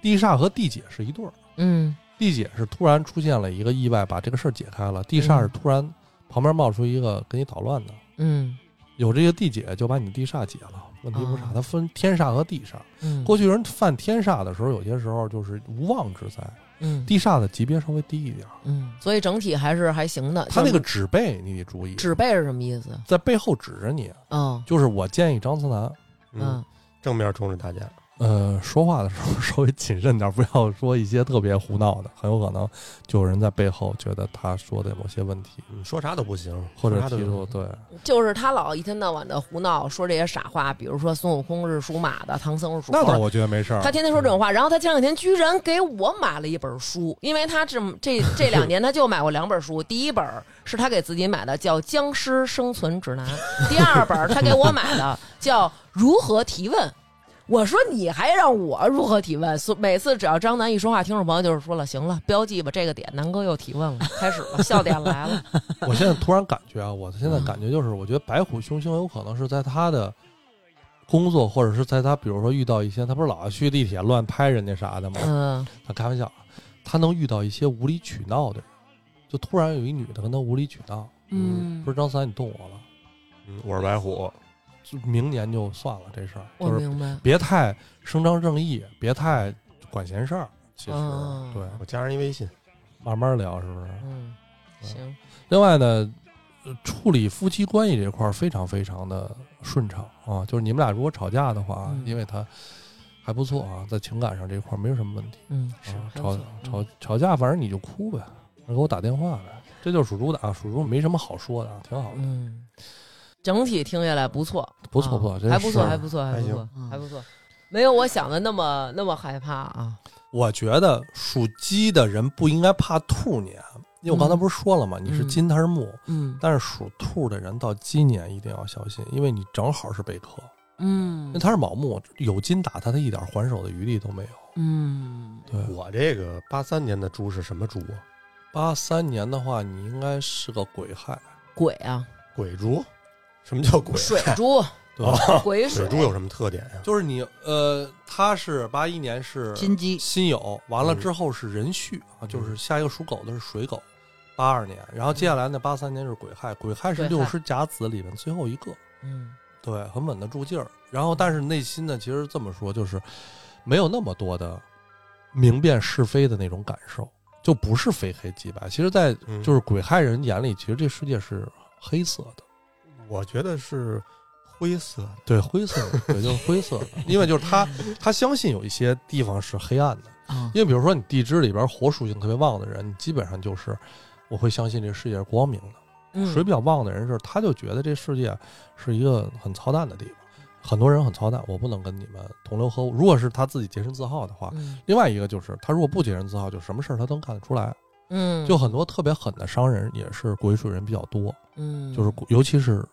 B: 地煞和地姐是一对儿。
D: 嗯
B: 地姐是突然出现了一个意外，把这个事儿解开了。地煞是突然旁边冒出一个给你捣乱的，
D: 嗯
B: 有这个地姐就把你地煞解了。问题不是啥
D: 哦，
B: 它分天煞和地煞。
D: 嗯，
B: 过去人犯天煞的时候，有些时候就是无妄之灾，
D: 嗯
B: 地煞的级别稍微低一点儿。
D: 嗯，所以整体还是还行的。
B: 他那个
D: 就是
B: 指背你得注意，
D: 指背是什么意思？
B: 在背后指着你。
D: 哦，
B: 就是我建议张思楠，
C: 嗯，
D: 嗯
C: 正面冲着大家，
B: 呃，说话的时候稍微谨慎点儿，不要说一些特别胡闹的，很有可能就有人在背后觉得他说的某些问题，
C: 嗯说啥都不行，
B: 或者
C: 说啥都
B: 提
C: 不行
B: 出对。
D: 就是他老一天到晚的胡闹，说这些傻话，比如说孙悟空是属马的，唐僧是属
B: 那
D: 猴
B: 倒
D: 的。
B: 哦我觉得没事儿。
D: 他天天说这种话，然后他前两天居然给我买了一本书，因为他这这这两年他就买过两本书，第一本是他给自己买的，叫《僵尸生存指南》， 第二本他给我买的叫《如何提问》。我说你还让我如何提问？所每次只要张楠一说话，听众朋友就是说了，行了，标记吧这个点，南哥又提问了，开始了，笑点来 了。
B: 我现在突然感觉啊，我现在感觉就是，我觉得白虎凶星有可能是在他的工作，或者是在他比如说遇到一些，他不是老要去地铁乱拍人家啥的吗？
D: 嗯
B: 他开玩笑啊，他能遇到一些无理取闹的人，就突然有一女的跟他无理取闹，
D: 嗯
B: 不，是张三你动我了，
C: 嗯我是白虎，
B: 就明年就算了这事儿，
D: 我
B: 就是
D: 明白。
B: 别太伸张正义，别太管闲事儿。其实、
D: 嗯
B: 对，
C: 我加上一微信，
B: 慢慢聊是不是？
D: 嗯，行，
B: 另外呢，呃处理夫妻关系这块儿非常非常的顺畅啊，就是你们俩如果吵架的话，
D: 嗯
B: 因为他还不错啊，在情感上这块儿没有什么问题
D: 嗯，是
B: 啊，
D: 还不
B: 吵
D: 错
B: 吵吵架，反正你就哭呗，然后给我打电话呗，这就是属猪的啊，属猪没什么好说的啊，挺好的，
D: 嗯，整体听下来不错，
B: 不错
D: 啊
B: 不错真
D: 还不错，
B: 是
D: 还不错，还不错
E: 行，
D: 还不错，没有我想的那么那么害怕啊。
B: 我觉得属鸡的人不应该怕兔年，因为我刚才不是说了吗？你是金它是木，
D: 嗯
B: 但是属兔的人到鸡年一定要小心，因为你正好是北克，因为
D: 嗯
B: 他是卯木，有金打他，他一点还手的余地都没有。
D: 嗯，
B: 对，
C: 我这个八三年的猪是什么猪啊？
B: 八三年的话，你应该是个鬼亥，
D: 鬼啊，
C: 鬼猪？什么叫鬼？啊
D: 水猪，
B: 对啊吧？
C: 哦
D: 鬼
C: 水
D: 水
C: 猪有什么特点呀？
B: 就是你呃，他是八一年是
E: 金鸡，
B: 辛酉，完了之后是壬戌啊，就是下一个属狗的是水狗，八二年，然后接下来呢，八三年是癸亥，癸亥
D: 癸
B: 是
D: 亥
B: 六十甲子里面最后一个，
D: 嗯
B: 对，很嗯稳得住劲儿。然后，但是内心呢，其实这么说就是没有那么多的明辨是非的那种感受，就不是非黑即白。其实，在
C: 嗯
B: 就是鬼害人眼里，其实这世界是黑色的，
C: 我觉得是灰色的，
B: 对，灰色的，对，就是灰色的。 因为就是他，他相信有一些地方是黑暗的，
E: 啊，
B: 因为比如说你地支里边火属性特别旺的人，你基本上就是我会相信这世界是光明的。
D: 嗯
B: 水比较旺的人是，他就觉得这世界是一个很操蛋的地方，很多人很操蛋，我不能跟你们同流合污。如果是他自己洁身自好的话，
D: 嗯
B: 另外一个就是他如果不洁身自好，就什么事儿他都能干得出来。
D: 嗯，
B: 就很多特别狠的商人也是鬼水人比较多，
D: 嗯
B: 就是鬼尤其是。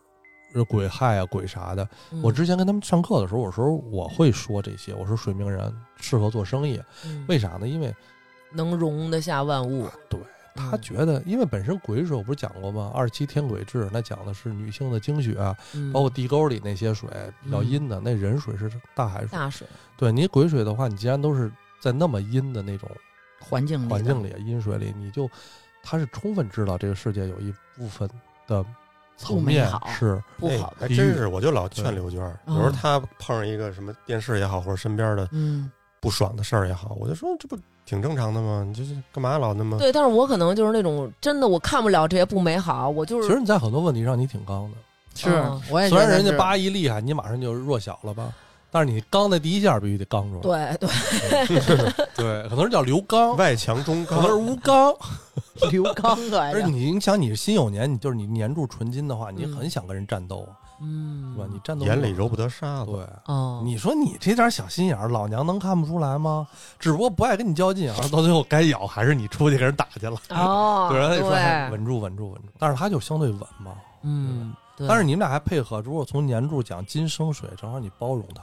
B: 是鬼害啊，鬼啥的。
D: 嗯
B: 我之前跟他们上课的时候，有时候我会说这些。我说水命人适合做生意，
D: 嗯
B: 为啥呢？因为
D: 能容得下万物，
B: 对他
D: 嗯
B: 觉得，因为本身鬼水我不是讲过吗？二十七天鬼志那讲的是女性的精血、啊
D: 嗯
B: 包括地沟里那些水比较阴的，那人水是大海水。
D: 大水
B: 对你鬼水的话，你既然都是在那么阴的那种
E: 环境里
B: 环境
E: 里，
B: 里、阴水里，你就他是充分知道这个世界有一部分的层面
E: 不美好
B: 是
D: 不好
C: 哎，还
B: 地
C: 真
B: 狱
C: 是，我就老
B: 对
C: 劝刘娟儿，
D: 嗯
C: 有时候她碰上一个什么电视也好，或者身边的
E: 嗯，
C: 不爽的事儿也好，我就说这不挺正常的吗？你就是干嘛老那么
D: 对，但是我可能就是那种真的我看不了这些不美好，我就
B: 其
D: 是
B: 实你在很多问题上你挺刚的，
E: 是
D: 啊，
E: 我也
B: 虽
E: 觉
B: 然
E: 得
B: 人家
E: 是，
B: 八一厉害，你马上就弱小了吧，但是你刚的第一下必须得刚住来。
D: 对对，
B: 对，可能是叫刘刚，
C: 外强中
B: 可
C: 干
B: 能是？吴刚，
E: 刘刚来
B: 而
E: 着
B: 且，你你想你是辛酉年，你就是你年柱纯金的话，你
D: 嗯
B: 很想跟人战斗啊，
D: 嗯，
B: 对吧？你战斗
C: 眼里
B: 力
C: 揉不得沙子。
B: 对。
D: 哦，
B: 你说你这点小心眼儿，老娘能看不出来吗？只不过不爱跟你较劲，然啊后 到最后该咬还是你出去给人打去了。
D: 哦，
B: 对，然后他就说哎稳住，稳住，稳住。但是他就相对稳嘛。
D: 嗯，对，
B: 但是你们俩还配合，如果从年柱讲金生水，正好你包容他。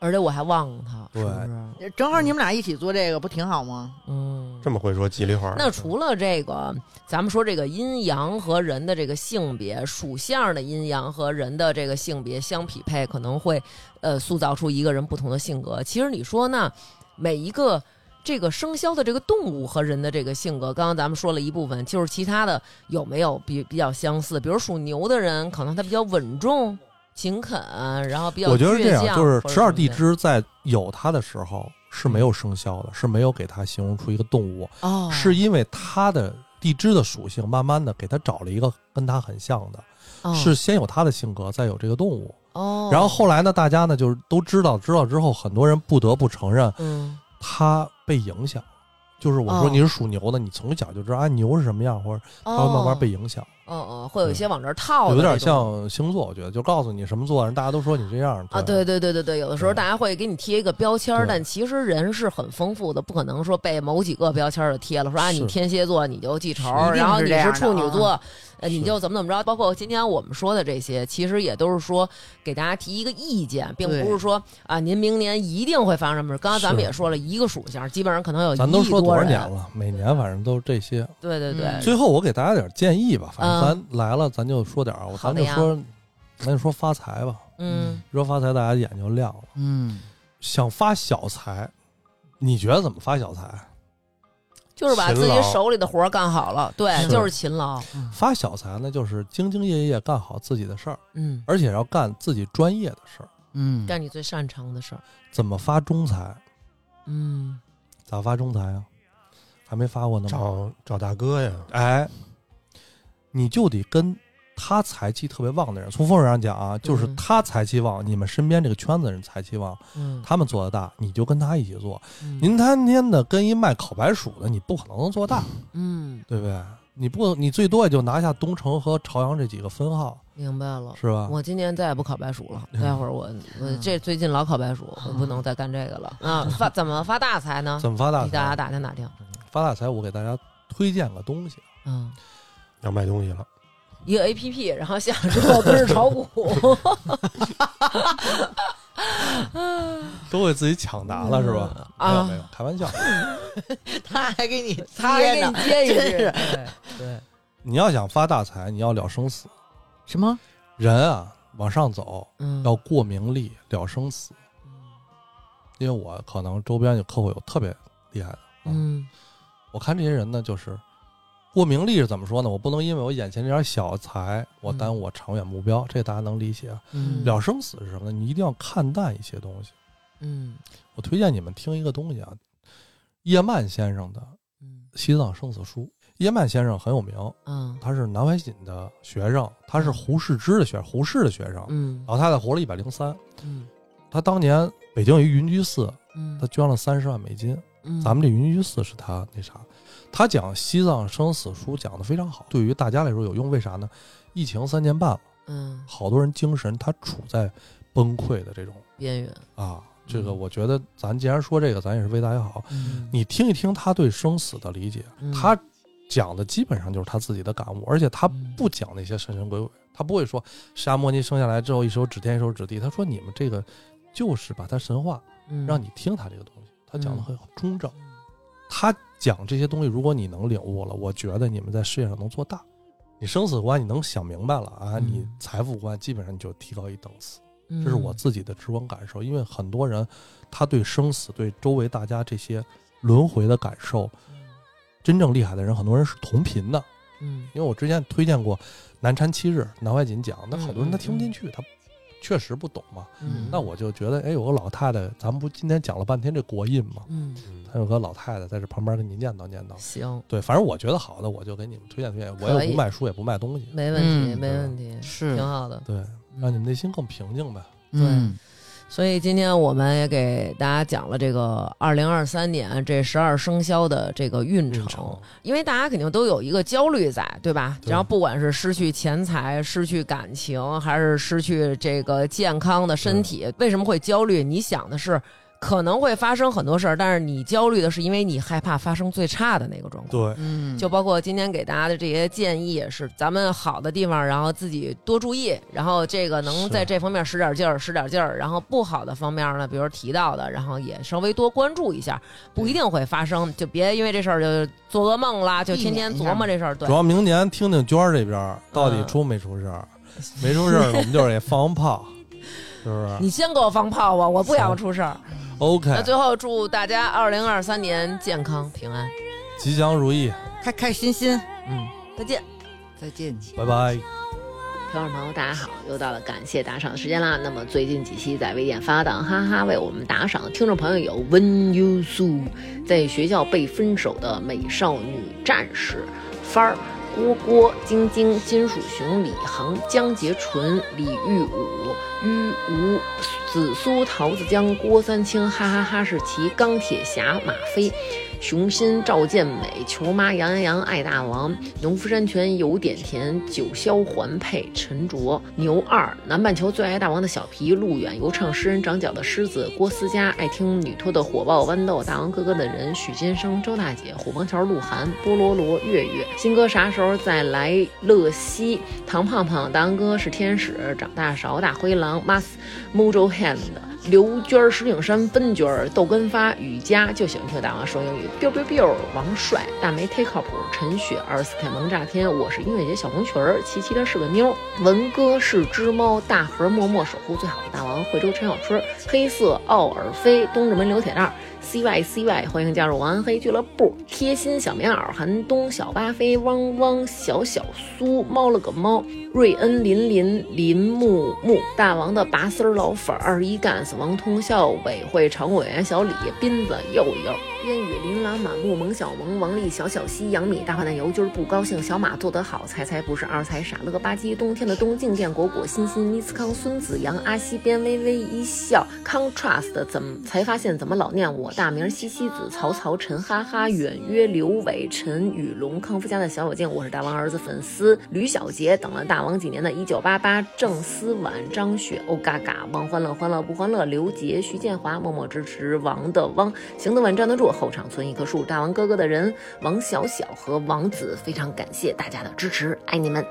D: 而且我还忘了他，
B: 对
D: 是不是？
E: 正好你们俩一起做这个不挺好吗？
D: 嗯，
C: 这么会说吉利话儿，
D: 那除了这个，咱们说这个阴阳和人的这个性别属相的阴阳和人的这个性别相匹配，可能会呃塑造出一个人不同的性格。其实你说呢，每一个这个生肖的这个动物和人的这个性格，刚刚咱们说了一部分，就是其他的有没有比比较相似？比如属牛的人，可能他比较稳重、勤恳，然后比较
B: 我觉得这
D: 倔
B: 样，
D: 强
B: 就是
D: 或者
B: 十二
D: 什么
B: 地
D: 的
B: 支在有它的时候是没有生肖的，是没有给它形容出一个动物，
D: 哦，
B: 是因为它的地支的属性，慢慢的给它找了一个跟它很像的，
D: 哦
B: 是先有它的性格，再有这个动物。
D: 哦，
B: 然后后来呢，大家呢就是都知道，知道之后，很多人不得不承认
D: 嗯
B: 他被影响。就是我
D: 哦
B: 说你是属牛的，你从小就知道啊牛是什么样，或者他会慢慢被
D: 哦
B: 影响，
D: 哦哦，会有一些往这儿套的
B: 嗯
D: 那
B: 有
D: 种，
B: 点像星座，我觉得就告诉你什么座，人大家都说你这样
D: 啊，对对对对对，有的时候
B: 对嗯
D: 大家会给你贴一个标签儿，
B: 对
D: 但其实人是很丰富的，不可能说被某几个标签儿就贴了，说啊
B: 是
D: 你天蝎座你就记仇，
E: 一定
D: 然后
E: 是
D: 你
E: 这样
D: 是
E: 的
D: 处女座，呃你
B: 啊是
D: 就怎么怎么着。包括今天我们说的这些，其实也都是说给大家提一个意见，并不是说啊您明年一定会发生什么事。刚刚咱们
B: 是
D: 也说了一个属相，基本上可能有
B: 咱都
D: 一亿
B: 说
D: 多
B: 多少
D: 人
B: 年，了，每年反正都是这些。
D: 对对对，
E: 嗯
B: 最后我给大家点建议吧，反
D: 嗯
B: 正咱来了，咱就说点儿，
D: 好
B: 咱
D: 的
B: 就
D: 呀
B: 说，咱就说发财吧。
D: 嗯
B: 一说发财，大家眼就亮了。
E: 嗯，
B: 想发小财，你觉得怎么发小财？
D: 就是把
C: 勤
D: 自己
C: 劳
D: 手里的活儿干好了，对，
B: 是
D: 就是勤劳，
B: 发小财呢，就是兢兢业业干好自己的事儿，
D: 嗯，
B: 而且要干自己专业的事儿。
E: 嗯，
D: 干你最擅长的事儿，
B: 怎么发中财？
D: 嗯。
B: 咋发中财啊？还没发过呢吗？
C: 找找大哥呀，
B: 哎，你就得跟他财气特别旺的人，从风水上讲啊，就是
D: 嗯
B: 他财气旺，你们身边这个圈子人财气旺，
D: 嗯，
B: 他们做的大，你就跟他一起做。
D: 嗯
B: 您天天的跟一卖烤白薯的，你不可能能做大，
D: 嗯，
B: 对不对？你不，你最多也就拿下东城和朝阳这几个分号，
D: 明白了。
B: 是吧？
D: 我今年再也不烤白薯 了，待会儿我我
E: 嗯
D: 这最近老烤白薯，我不能再干这个 了啊！发怎么发大财呢？
B: 怎么发大
D: 给大家
B: 财？
D: 打听打听。
B: 发大财，我给大家推荐个东西，
D: 嗯，
C: 要卖东西了，
D: 一个 A P P，然后 下说不是炒股，
B: 都给自己抢答了，是吧？
D: 嗯
B: 没有
D: 啊
B: 没有，开玩笑。
E: 他还给你
D: 他还
E: 接
D: 给
E: 呢
D: 你，接一
E: 真
D: 句
E: 是，
D: 对对，
B: 你要想发大财，你要了生死。
E: 什么？
B: 人啊，往上走
D: 嗯，
B: 要过名利，了生死。因为我可能周边有客户有特别厉害的，哦
D: 嗯
B: 我看这些人呢，就是过名利是怎么说呢？我不能因为我眼前这点小财，我
D: 嗯
B: 耽误我长远目标，这大家能理解啊。
D: 嗯
B: 了生死是什么呢？你一定要看淡一些东西。
D: 嗯
B: 我推荐你们听一个东西啊，叶曼先生的《
G: 嗯
B: 西藏生死书》。叶曼先生很有名，
G: 嗯
B: 他是南怀瑾的学生，他是胡适之的学生，胡适的学生。
G: 嗯
B: 老太太活了一百零三，
G: 嗯
B: 她当年北京有一云居寺，
G: 嗯，
B: 她捐了三十万美金。
G: 嗯
B: 咱们这云居寺是她那啥，她讲《西藏生死书》讲的非常好，对于大家来说有用。为啥呢？疫情三年半了，
G: 嗯
B: 好多人精神他处在崩溃的这种
G: 边缘，
B: 啊，这个
G: 嗯
B: 我觉得咱既然说这个，咱也是为大家好。
G: 嗯
B: 你听一听他对生死的理解，
G: 嗯
B: 他讲的基本上就是他自己的感悟，而且他
G: 嗯
B: 不讲那些神神鬼鬼，他不会说释迦摩尼生下来之后一手指天一手指地，他说你们这个就是把它神化，
G: 嗯
D: 嗯
B: 让你听他这个东西，他讲的很中正。他讲这些东西，如果你能领悟了，我觉得你们在事业上能做大。你生死观你能想明白了啊，
G: 嗯
B: 你财富观基本上你就提高一档次。
G: 嗯，
B: 这是我自己的直观感受，因为很多人他对生死、对周围大家这些轮回的感受，真正厉害的人，很多人是同频的。
G: 嗯
B: 因为我之前推荐过《南禅七日》，南怀瑾讲，那
G: 嗯
B: 好多人他听不进去，他确实不懂嘛。
G: 嗯，
B: 那我就觉得，哎，有个老太太，咱们不今天讲了半天这国印嘛，
G: 嗯
C: 嗯
B: 还有个老太太在这旁边给你念叨念叨。
G: 行，
B: 对，反正我觉得好的，我就给你们推荐推荐。我
G: 可
B: 也
G: 以
B: 不卖书，也不卖东西，
G: 没问题
E: 嗯
G: 没问题，
E: 是
G: 挺好的。
B: 对，让你们内心更平静呗。
E: 嗯
G: 所以今天我们也给大家讲了这个二零二三年这十二生肖的这个运程，
B: 运程
G: 因为大家肯定都有一个焦虑在，对吧？
B: 对
G: 然后不管是失去钱财、失去感情，还是失去这个健康的身体，为什么会焦虑？你想的是可能会发生很多事儿，但是你焦虑的是因为你害怕发生最差的那个状况。
B: 对，
E: 嗯，
G: 就包括今天给大家的这些建议，也是咱们好的地方，然后自己多注意，然后这个能
B: 是
G: 在这方面使点劲儿，使点劲儿。然后不好的方面呢，比如提到的，然后也稍微多关注一下，不一定会发生，就别因为这事儿就做噩梦啦，就
E: 避
G: 天
E: 免
G: 天
E: 一下
G: 琢磨这事儿。对
B: 主，要明年听听娟儿这边儿到底出没出事儿，没出事儿我们就是也放放炮，是不
D: 啊
B: 是
G: 你先给我放炮吧，我不想出事儿。那
B: ？OK，
G: 最后祝大家二零二三年健康平安，
B: 吉祥如意，
E: 开开心心，
G: 嗯，再见。
E: 再见。
B: 拜拜。
D: 听众朋友，大家好！又到了感谢打赏的时间啦。那么最近几期在微店发的哈哈为我们打赏的听众朋友有温优苏，在学校被分手的美少女战士帆儿、郭郭、晶晶、金属熊、李航、江杰纯、李玉武、于无、紫苏、桃子江、郭三清、哈哈哈士奇、钢铁侠、马飞、熊心、赵健美、球妈、杨洋洋、爱大王、农夫山泉、有点甜、九霄环佩、陈卓、牛二、南半球最爱大王的小皮、路远、游唱诗人长脚的狮子、郭思佳、爱听女托的火爆豌豆、大王哥哥的人、许金生、周大姐、虎帮桥、鹿晗、菠萝萝、月月、新哥啥时候再来？乐西、唐胖胖、大王哥是天使、长大勺、大灰狼、Mas、Mojo Hand。刘娟儿、石景山、奔娟儿、豆根发、雨佳就喜欢听大王说英语，biu biu biu，王帅、大梅忒靠谱、陈雪、二十四 K 萌炸天，我是音乐节小红裙儿，琪琪她是个妞儿，文哥是只猫，大河默默守护最好的大王，惠州陈小春、黑色奥尔菲、东直门刘铁蛋儿。CYCY，欢迎加入王安黑俱乐部。贴心小棉袄，寒冬小巴菲，汪汪小小苏，猫了个猫，瑞恩林林林木木，大王的拔丝儿老粉儿，二十一干死王通校委会常务委员小李，斌子佑佑，烟雨琳琅满目，萌小萌，王丽小小西，杨米大换奶油，今儿不高兴，小马做得好，才才不是二才傻乐个吧唧，冬天的冬，静电果果，欣欣咪斯康，孙子阳，阿西边微微一笑，contrast 怎么才发现怎么老念我大名西西子，曹曹陈哈哈，远约刘伟，陈宇龙，康夫家的小小静，我是大王儿子粉丝，吕小杰，等了大王几年的1988，郑思婉，张雪，哦嘎嘎，忘欢乐欢乐不欢乐，刘杰，徐建华，默默支持王的汪，行得稳站得住，后场村一棵树，大王哥哥的人，王小小和王子，非常感谢大家的支持，爱你们。